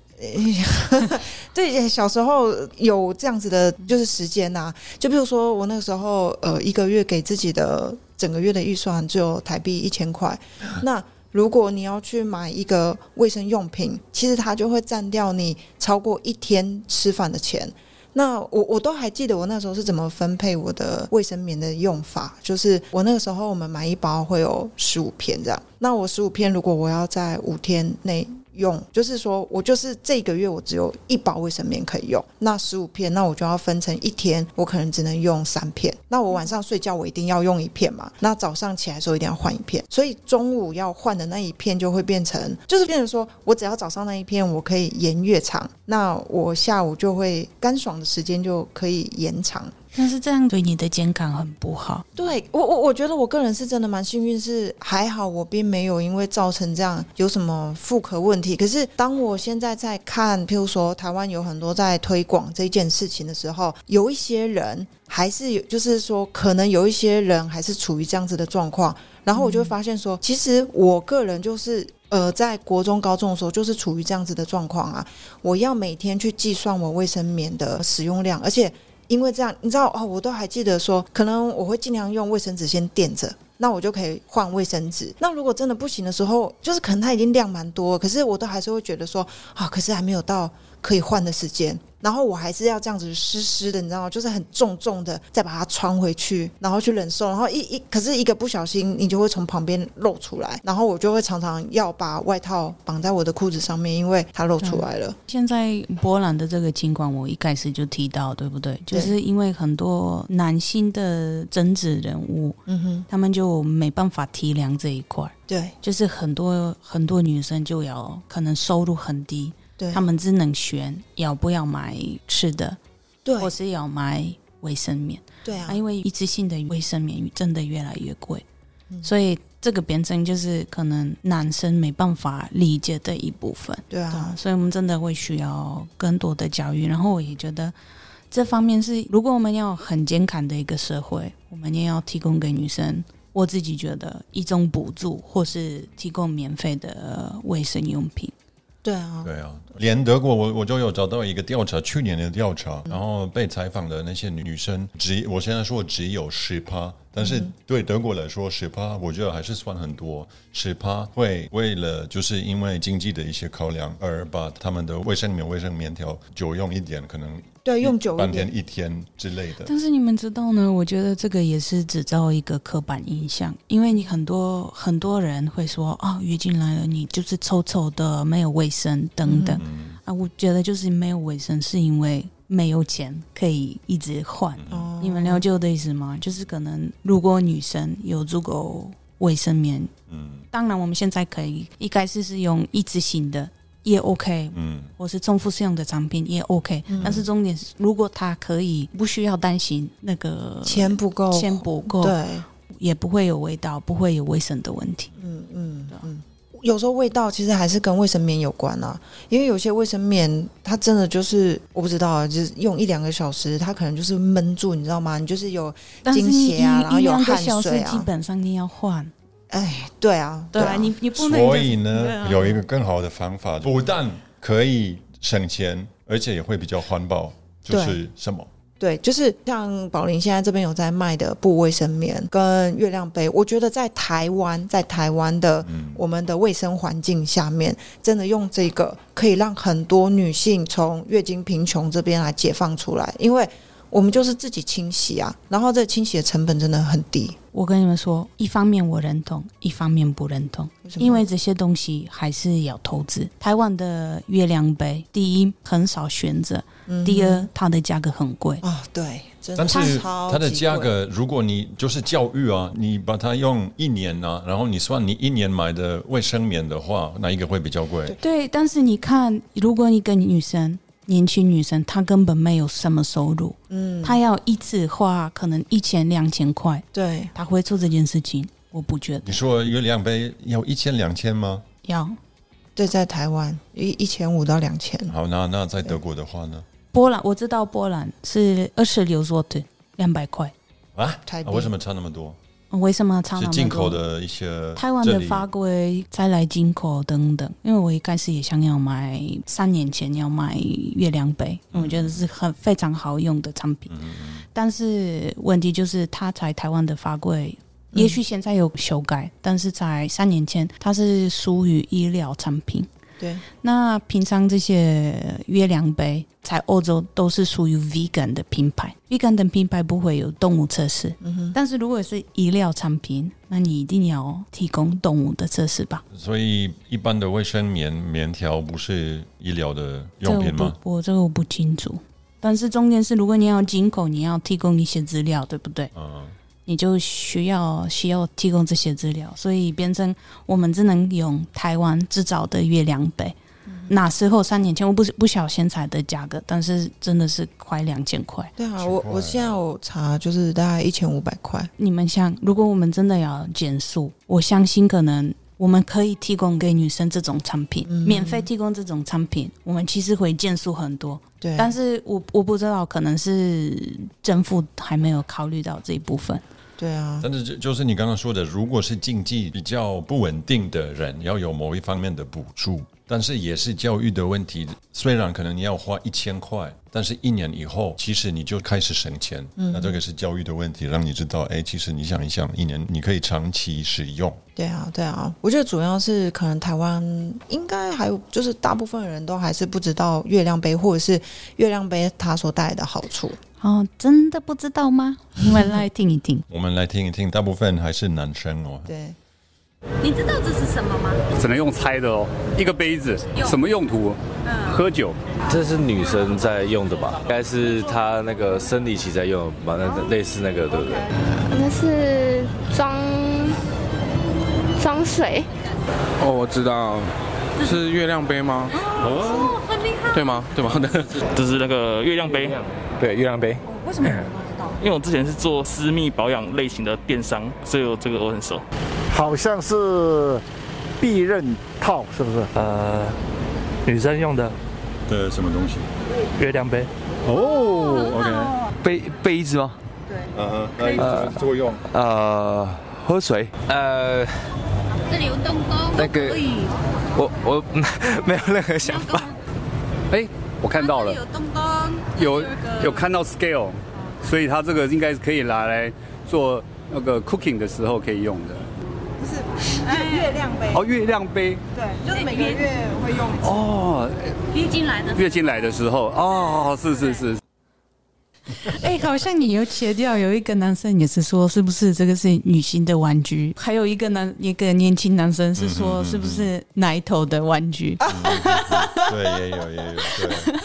对，哎小时候有这样子的，就是时间呐、就比如说我那个时候，呃，一个月给自己的整个月的预算只有台币一千块，那。如果你要去买一个卫生用品，其实它就会占掉你超过一天吃饭的钱。那我我都还记得我那时候是怎么分配我的卫生棉的用法，就是我那个时候我们买一包会有十五片这样，那我十五片如果我要在五天内用，就是说我就是这个月我只有一包卫生棉可以用，那十五片，那我就要分成一天，我可能只能用三片。那我晚上睡觉我一定要用一片嘛，那早上起来的时候一定要换一片，所以中午要换的那一片就会变成，就是变成说我只要早上那一片我可以延越长，那我下午就会干爽的时间就可以延长。但是这样对你的健康很不好。对我，我我觉得我个人是真的蛮幸运，是还好我并没有因为造成这样有什么妇科问题。可是当我现在在看，譬如说台湾有很多在推广这件事情的时候，有一些人还是有，就是说，可能有一些人还是处于这样子的状况。然后我就会发现说，其实我个人就是呃，在国中、高中的时候，就是处于这样子的状况啊。我要每天去计算我卫生棉的使用量，而且因为这样，你知道哦，我都还记得说，可能我会尽量用卫生纸先垫着。那我就可以换卫生纸。那如果真的不行的时候，就是可能它已经量蛮多了，可是我都还是会觉得说啊，可是还没有到可以换的时间。然后我还是要这样子湿湿的，你知道吗？就是很重重的再把它穿回去，然后去忍受。然后一一可是一个不小心，你就会从旁边露出来。然后我就会常常要把外套绑在我的裤子上面，因为它露出来了。现在波兰的这个情况，我一开始就提到，对不对？就是因为很多男性的政治人物，嗯哼，他们就没办法体谅这一块。对，就是很多很多女生就有可能收入很低，对他们只能选要不要买吃的，对或是要买卫生棉。对哎啊，因为一次性的卫生棉真的越来越贵，嗯所以这个变成就是可能男生没办法理解的一部分。对啊，所以我们真的会需要更多的教育。然后我也觉得这方面是，如果我们要很健康的一个社会，我们也要提供给女生。我自己觉得一种补助，或是提供免费的呃卫生用品。对啊，对啊，连德国我我就有找到一个调查，去年的调查，然后被采访的那些女生，只我现在说只有十趴，但是嗯对德国来说十趴，我觉得还是算很多。十趴会为了就是因为经济的一些考量而把他们的卫生棉、卫生棉条久用一点，可能对用久一半点天、一天之类的。但是你们知道呢？我觉得这个也是制造一个刻板印象，因为你很多很多人会说啊，月经来了你就是臭臭的，没有卫生等等、嗯啊。我觉得就是没有卫生是因为没有钱可以一直换。嗯你们了解我的意思吗？就是可能如果女生有足够卫生棉，嗯，当然我们现在可以一开始是用一次性的。也 OK，嗯，或是重复使用的产品也 OK，、嗯但是重点是，如果它可以不需要担心那个钱不够钱不够，对，也不会有味道，不会有卫生的问题。啊嗯嗯嗯，有时候味道其实还是跟卫生棉有关啊，因为有些卫生棉它真的就是我不知道啊，就是用一两个小时，它可能就是闷住，你知道吗？你就是有但是经你血啊，一然后一有两个汗小时水基啊，本上你要换，哎，对啊，对啊，你你不能所以呢，有一个个更好的方法，不但可以省钱，而且也会比较环保，就是什么？对，就是像宝林现在这边有在卖的布卫生棉跟月亮杯，我觉得在台湾，在台湾的我们的卫生环境下面，真的用这个可以让很多女性从月经贫穷这边来解放出来，因为我们就是自己清洗啊，然后这清洗的成本真的很低。我跟你们说，一方面我认同，一方面不认同，什么因为这些东西还是要投资。台湾的月亮杯，第一很少选择，嗯第二它的价格很贵啊，对，真的但是超它的级价贵格，如果你就是教育啊，你把它用一年啊，然后你算你一年买的卫生棉的话，哪一个会比较贵？对，但是你看，如果一个女生，年轻女生，她根本没有什么收入，嗯，她要一次花可能一千两千块，对，她会做这件事情，我不觉得你说有两杯要一千两千吗？要。对，在台湾一一千五到两千，好，那那在德国的话呢？波兰我知道波兰是二十六 o t 两百块，啊，台币啊为什么差那么多？为什么差那是么多？进口的一些台湾这的里法规再来进口等等，因为我一开始也想要买，三年前要买月亮杯，嗯我觉得是很非常好用的产品，但是问题就是它在台湾的法规。嗯也许现在有修改，但是在三年前，它是属于医疗产品。对，那平常这些月亮杯在欧洲都是属于 vegan 的品牌，vegan 的品牌不会有动物测试。嗯哼，但是如果是医疗产品，那你一定要提供动物的测试吧？所以一般的卫生棉棉条不是医疗的这用我品不吗？，我这个我不清楚。但是重点是，如果你要进口，你要提供一些资料，对不对？嗯，你就需要需要提供这些资料，所以变成我们只能用台湾制造的月亮杯。嗯那时候三年前，我不是不晓现在的价格，但是真的是快两千块。对啊，我我现在有查，就是大概一千五百块，你们想，如果我们真的要减速，我相信可能我们可以提供给女生这种产品，嗯免费提供这种产品，我们其实会减速很多。对但是我我不知道，可能是政府还没有考虑到这一部分。对啊，但是就就是你刚刚说的，如果是经济比较不稳定的人，要有某一方面的补助，但是也是教育的问题。虽然可能你要花一千块，但是一年以后，其实你就开始省钱。嗯那这个是教育的问题，让你知道，哎，其实你想一想，一年你可以长期使用。对啊，对啊，我觉得主要是可能台湾应该还有就是大部分人都还是不知道月亮杯或者是月亮杯它所带来的好处。哦，真的不知道吗？我们来听一听。我们来听一听，大部分还是男生哦。对，你知道这是什么吗？只能用猜的哦。一个杯子什么用途？喝酒。嗯这是女生在用的吧？应该是她那个生理期在用的吧？那那类似那个对不对？那是装装水，哦，我知道，是月亮杯吗？哦，很厉对吗？对吗？ 这是那个月亮杯，对，月亮杯。为什么？因为我之前是做私密保养类型的电商，所以我这个我很熟。好像是避孕套，是不是？呃，女生用的的呃什么东西？月亮杯。哦，OK，杯杯子吗？嗯那有什么作用？呃，喝水。呃，这里有东宫那个我我没有任何想法。哎，我看到了，东宫有有看到 scale，所以它这个应该是可以拿来做那个 cooking 的时候可以用的。哎月亮杯，哦，月亮杯。对，就是每个月会用一次。哦，月经来的月经来的时候，哦，是是是，哎、好像你有切掉，有一个男生也是说，是不是这个是女性的玩具？还有一个男，一个年轻男生是说，是不是奶头的玩具？对，也有也有对。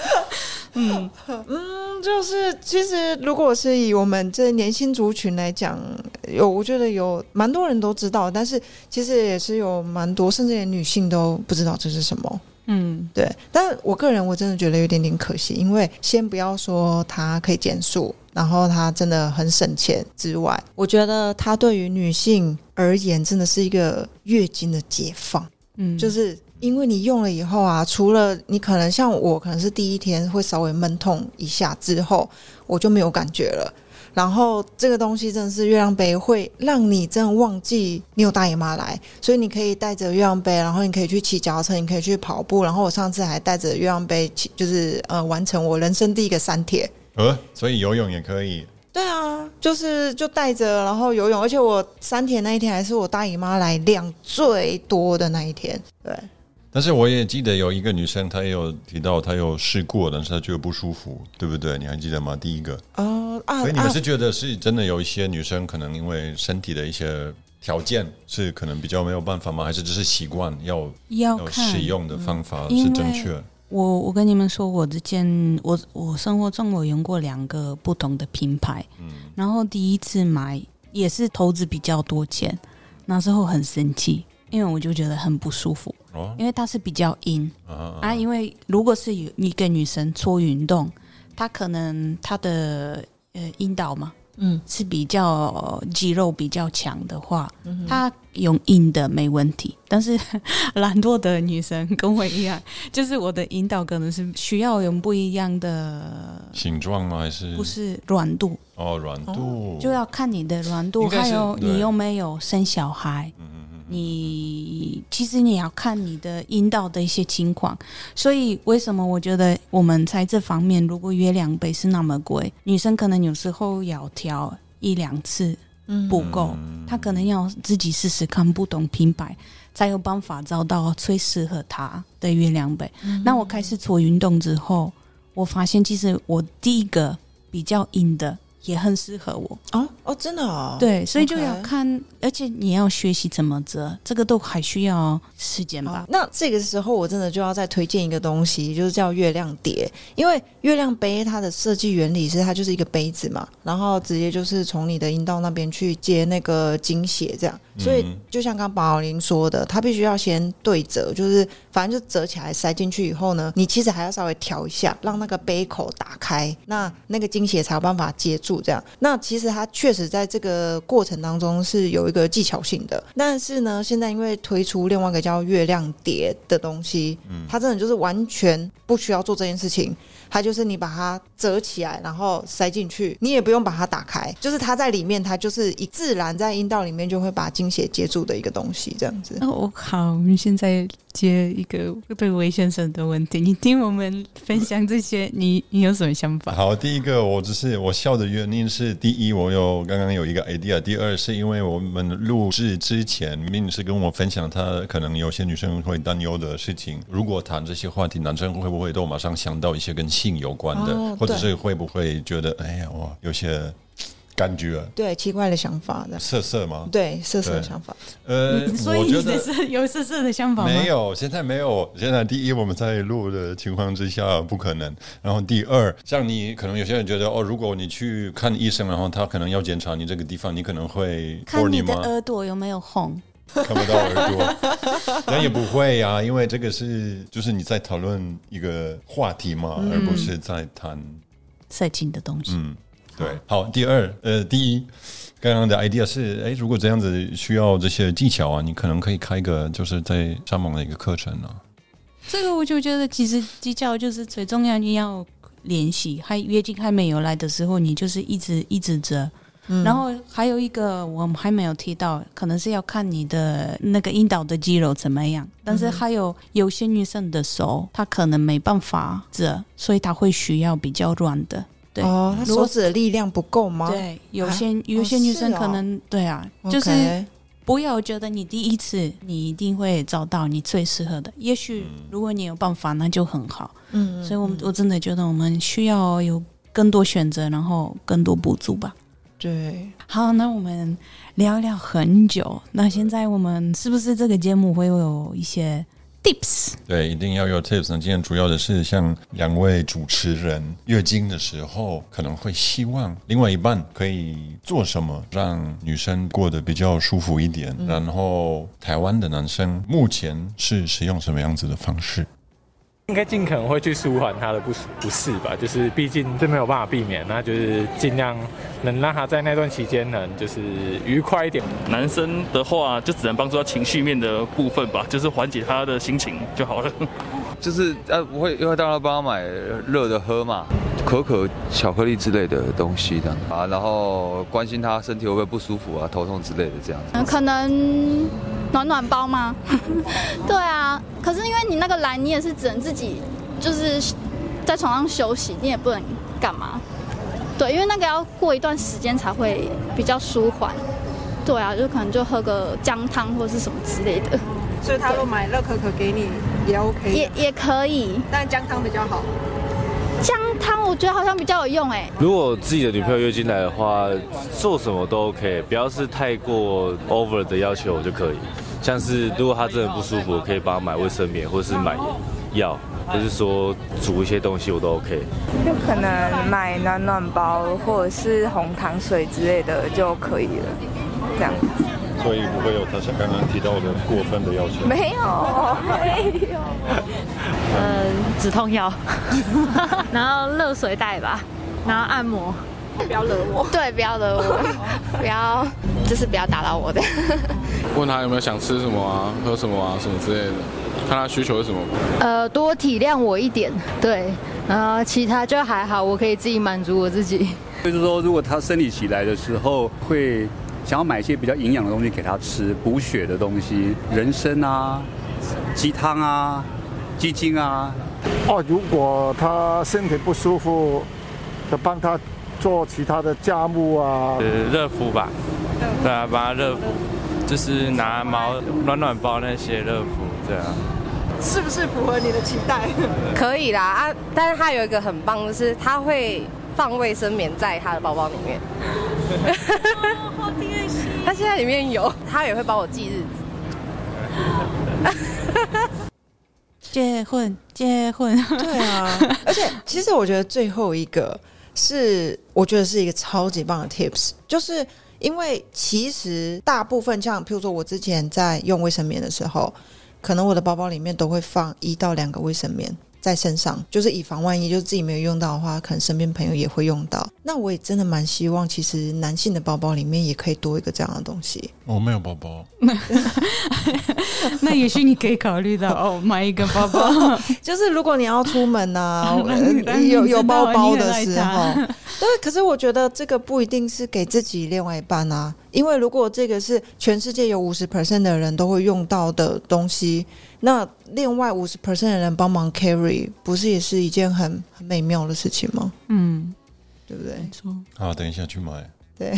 嗯嗯，就是其实如果是以我们这年轻族群来讲，有我觉得有蛮多人都知道，但是其实也是有蛮多，甚至连女性都不知道这是什么。嗯，对，但我个人我真的觉得有点点可惜，因为先不要说它可以减速，然后它真的很省钱之外，我觉得它对于女性而言真的是一个月经的解放。嗯，就是因为你用了以后啊，除了你可能像我，可能是第一天会稍微闷痛一下，之后我就没有感觉了。然后这个东西真的是月亮杯，会让你真的忘记你有大姨妈来，所以你可以带着月亮杯，然后你可以去骑脚踏车，你可以去跑步。然后我上次还带着月亮杯骑，就是呃完成我人生第一个三铁。呃，所以游泳 也可以。对啊，就是就带着，然后游泳，而且我三铁那一天还是我大姨妈来量最多的那一天。对，但是我也记得有一个女生，她也有提到她有试过，但是她觉得不舒服，对不对？你还记得吗？第一个，哦、啊，所以你们啊是觉得是真的有一些女生可能因为身体的一些条件是可能比较没有办法吗？还是只是习惯要要看嗯使用的方法因是为正确？我我跟你们说，我之前我我生活中我用过两个不同的品牌，嗯然后第一次买也是投资比较多钱，那时候很生气，因为我就觉得很不舒服，哦因为它是比较硬啊啊，因为如果是有一个女生做运动，她可能她的呃阴道嘛，嗯，是比较呃肌肉比较强的话，嗯哼她用硬的没问题，但是 懒惰的女生跟我一样，就是我的引导可能是需要用不一样的，形状吗？还是不是软度，哦，软度、就要看你的软度，应该还是有对嗯你有没有生小孩。你其实你要看你的阴道的一些情况，所以为什么我觉得我们在这方面，如果月亮杯是那么贵，女生可能有时候要调一两次嗯不够，她可能要自己试试看不同品牌，才有办法找到最适合她的月亮杯。那我开始做运动之后，我发现其实我第一个比较硬的也很适合我。哦哦，真的哦，对，所以就要 OK 看而且你要学习怎么折，这个都还需要时间吧。那这个时候我真的就要再推荐一个东西，就是叫月亮碟，因为月亮杯它的设计原理是它就是一个杯子嘛，然后直接就是从你的阴道那边去接那个经血，这样。所以嗯就像刚宝宝林说的，它必须要先对折，就是反正就折起来塞进去以后呢，你其实还要稍微调一下，让那个杯口打开，那那个经血才有办法接住这样。那其实它确实在这个过程当中是有一个技巧性的。但是呢，现在因为推出另外一个叫月亮碟的东西，嗯它真的就是完全不需要做这件事情，它就是你把它折起来，然后塞进去，你也不用把它打开，就是它在里面，它就是一自然在阴道里面就会把经血接住的一个东西，这样子。哦，我靠！我们现在接一个对魏先生的问题，你听我们分享这些，你你有什么想法？好，第一个我只是我笑的原因是，第一我有刚刚有一个 idea，第二是因为我们录制之前，命是跟我分享她可能有些女生会担忧的事情，如果谈这些话题，男生会不会都马上想到一些跟性有关的，哦或者对是会不会觉得哎呀，我有些感觉对，奇怪的想法的，色色吗？对，色色的想法。哦呃， 所我以觉你得的是有色色的想法吗？没有，现在没有。现在第一，我们在录的情况之下不可能。然后第二，像你可能有些人觉得哦，如果你去看医生，然后他可能要检查你这个地方，你可能会看你 horny 的吗？耳朵有没有红？看不到耳朵， 那也不会呀、因为这个是就是你在讨论一个话题嘛，嗯而不是在谈色情的东西。嗯，对。好，第二，呃，第一，刚刚的 idea 是，哎，如果这样子需要这些技巧啊，你可能可以开一个就是在上网的一个课程啊。这个我就觉得，其实技巧就是最重要，你要练习。还月经还没有来的时候，你就是一直一直着。嗯然后还有一个我们还没有提到，可能是要看你的那个阴道的肌肉怎么样。但是嗯哼还有有些女生的手，她可能没办法折，所以她会需要比较软的。对，哦，他如果手指的力量不够吗？对，有啊些、哦有些女生是哦哦可能、对啊，就是 OK 不要觉得你第一次你一定会找到你最适合的。也许如果你有办法，那就很好。嗯所以我们我真的觉得我们需要有更多选择，然后更多补助吧。对，好，那我们聊聊很久。那现在我们是不是这个节目会有一些 tips？对，一定要有 tips 呢。今天主要的是像两位主持人月经的时候，可能会希望另外一半可以做什么，让女生过得比较舒服一点。嗯然后台湾的男生目前是使用什么样子的方式？应该尽可能会去舒缓他的不舒不适吧，就是毕竟这没有办法避免，那就是尽量能让他在那段期间能就是愉快一点。男生的话，就只能帮助他情绪面的部分吧，就是缓解他的心情就好了。 就是呃，我会因为当然帮他买热的喝嘛，可可、巧克力之类的东西这样啊，然后关心他身体会不会不舒服啊、头痛之类的这样子。嗯可能暖暖包吗？ 对啊，可是因为你那个来，你也是只能自己就是在床上休息，你也不能干嘛。对，因为那个要过一段时间才会比较舒缓。对啊，就可能就喝个姜汤或是什么之类的，所以他如果买乐可可给你也 OK，也也可以。但姜汤比较好。姜汤我觉得好像比较有用哎、如果自己的女朋友月经来的话，做什么都 OK，不要是太过 over 的要求就可以。像是如果她真的不舒服，我可以帮她买卫生棉或是买药，或是说煮一些东西我都 OK。就可能买暖暖包或者是红糖水之类的就可以了，这样。所以不会有他像刚刚提到的过分的要求没有，没有。嗯，止痛 药，然后热水袋吧，然后按摩。不要惹我。对，不要惹我，不要，就是不要打扰我的。问他有没有想吃什么啊，喝什么啊，什么之类的，看他需求是什么。呃，多体谅我一点，对，然后其他就还好，我可以自己满足我自己。就是说，如果他生理期来的时候，会想要买一些比较营养的东西给他吃，补血的东西，人参啊、鸡汤啊、鸡精啊，哦，如果他身体不舒服，就帮他做其他的家务啊。呃，热敷吧，对啊，把它热敷，就是拿毛暖暖包那些热敷，对啊。是不是符合你的期待？可以啦啊，但是它有一个很棒，就是它会放卫生棉在它的包包里面。哦好贴心！它现在里面有，它也会帮我记日子。结婚，结婚，对啊，而且其实我觉得最后一个是，我觉得是一个超级棒的 tips，就是因为其实大部分像譬如说我之前在用卫生棉的时候，可能我的包包里面都会放一到两个卫生棉。在身上，就是以防万一，就是自己没有用到的话，可能身边朋友也会用到。那我也真的蛮希望，其实男性的包包里面也可以多一个这样的东西。我没有包包， 那也许你可以考 虑到哦，买一个包包。 就是如果你要出门呐、当呃你有有知道包包你很的爱时候他， 对，可是我觉得这个不一定是给自己另外一半啊，因为如果这个是全世界有五十 percent 的人都会用到的东西，那另外五十 percent 的人帮忙 carry，不是也是一件很很美妙的事情吗？嗯，对不对？没错，啊，等一下去买。 对，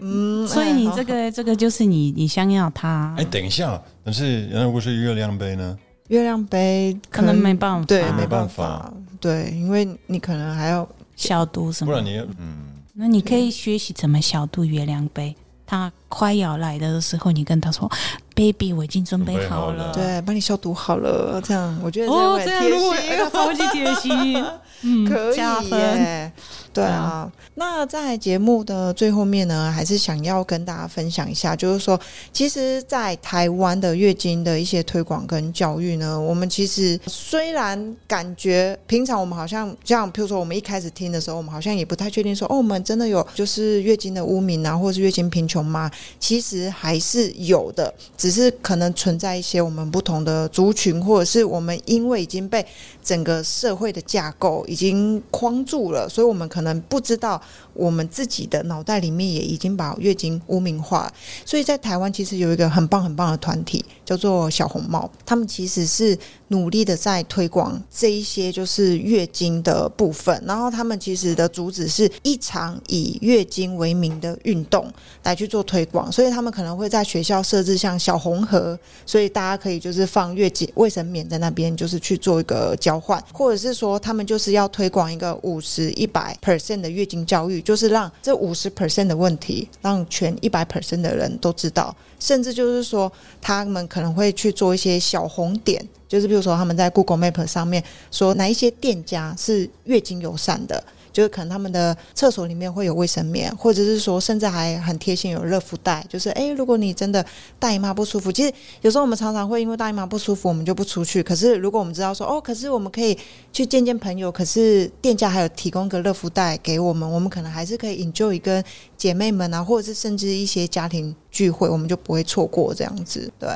嗯， 所以你这个这个就是你你想要它哎、，等一下，但是那如果是月亮杯呢？月亮杯可能没办法对，没没办办法法，对，因为你可能还要消毒什不么？然你嗯，那你可以学习怎么消毒月亮杯。它快要来的时候，你跟他说：“baby，我已经准备好了。”对，帮你消毒好了，这样我觉得哦，这这样样很贴如果 心哎他超级贴心，嗯，可以加分耶。对啊，那在节目的最后面呢，还是想要跟大家分享一下，就是说，其实，在台湾的月经的一些推广跟教育呢，我们其实虽然感觉平常我们好像像，譬如说我们一开始听的时候，我们好像也不太确定说，哦，我们真的有就是月经的污名啊，或者是月经贫穷吗？其实还是有的，只是可能存在一些我们不同的族群，或者是我们因为已经被整个社会的架构已经框住了，所以我们可能不知道我们自己的脑袋里面也已经把月经污名化了。所以在台湾其实有一个很棒很棒的团体，叫做小红帽，他们其实是努力的在推广这一些就是月经的部分，然后他们其实的主旨是一场以月经为名的运动来去做推广，所以他们可能会在学校设置像小红盒，所以大家可以就是放月经卫生棉在那边，就是去做一个交换，或者是说他们就是要推广一个五十一百 percent 的月经教育，就是让这五十 percent 的问题让全一百 percent 的人都知道，甚至就是说他们可能会去做一些小红点。就是比如说他们在 Google Map 上面说哪一些店家是月经友善的，就是可能他们的厕所里面会有卫生棉，或者是说甚至还很贴心有热敷袋，就是诶，如果你真的大姨妈不舒服，其实有时候我们常常会因为大姨妈不舒服，我们就不出去。可是如果我们知道说哦，可是我们可以去见见朋友，可是店家还有提供个热敷袋给我们，我们可能还是可以 enjoy 跟姐妹们啊，或者是甚至一些家庭聚会，我们就不会错过这样子，对。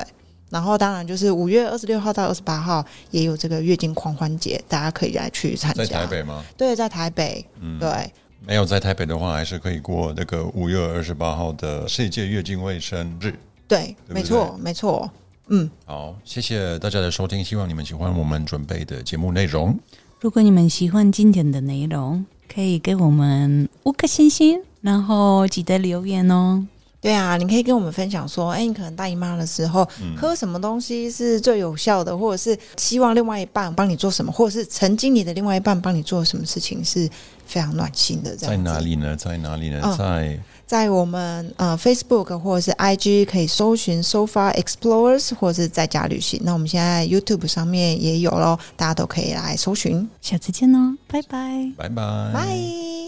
然后当然就是五月二十六号到二十八号也有这个月经狂欢节，大家可以来去参加。在台北吗？对，在台北，嗯对，没有在台北的话，还是可以过那个五月二十八号的世界月经卫生日。对，对没错，没错，嗯，好，谢谢大家的收听，希望你们喜欢我们准备的节目内容。如果你们喜欢今天的内容，可以给我们五颗星星，然后记得留言哦。对啊，你可以跟我们分享说，哎，你可能大姨妈的时候、嗯喝什么东西是最有效的，或者是希望另外一半帮你做什么，或者是曾经你的另外一半帮你做什么事情是非常暖心的，这样在哪里呢？在哪里呢？嗯在在我们呃 Facebook 或者是 IG 可以搜寻 Sofa Explorers 或者是在家旅行。那我们现在 YouTube 上面也有喽，大家都可以来搜寻。下次见哦，拜拜。拜拜。拜。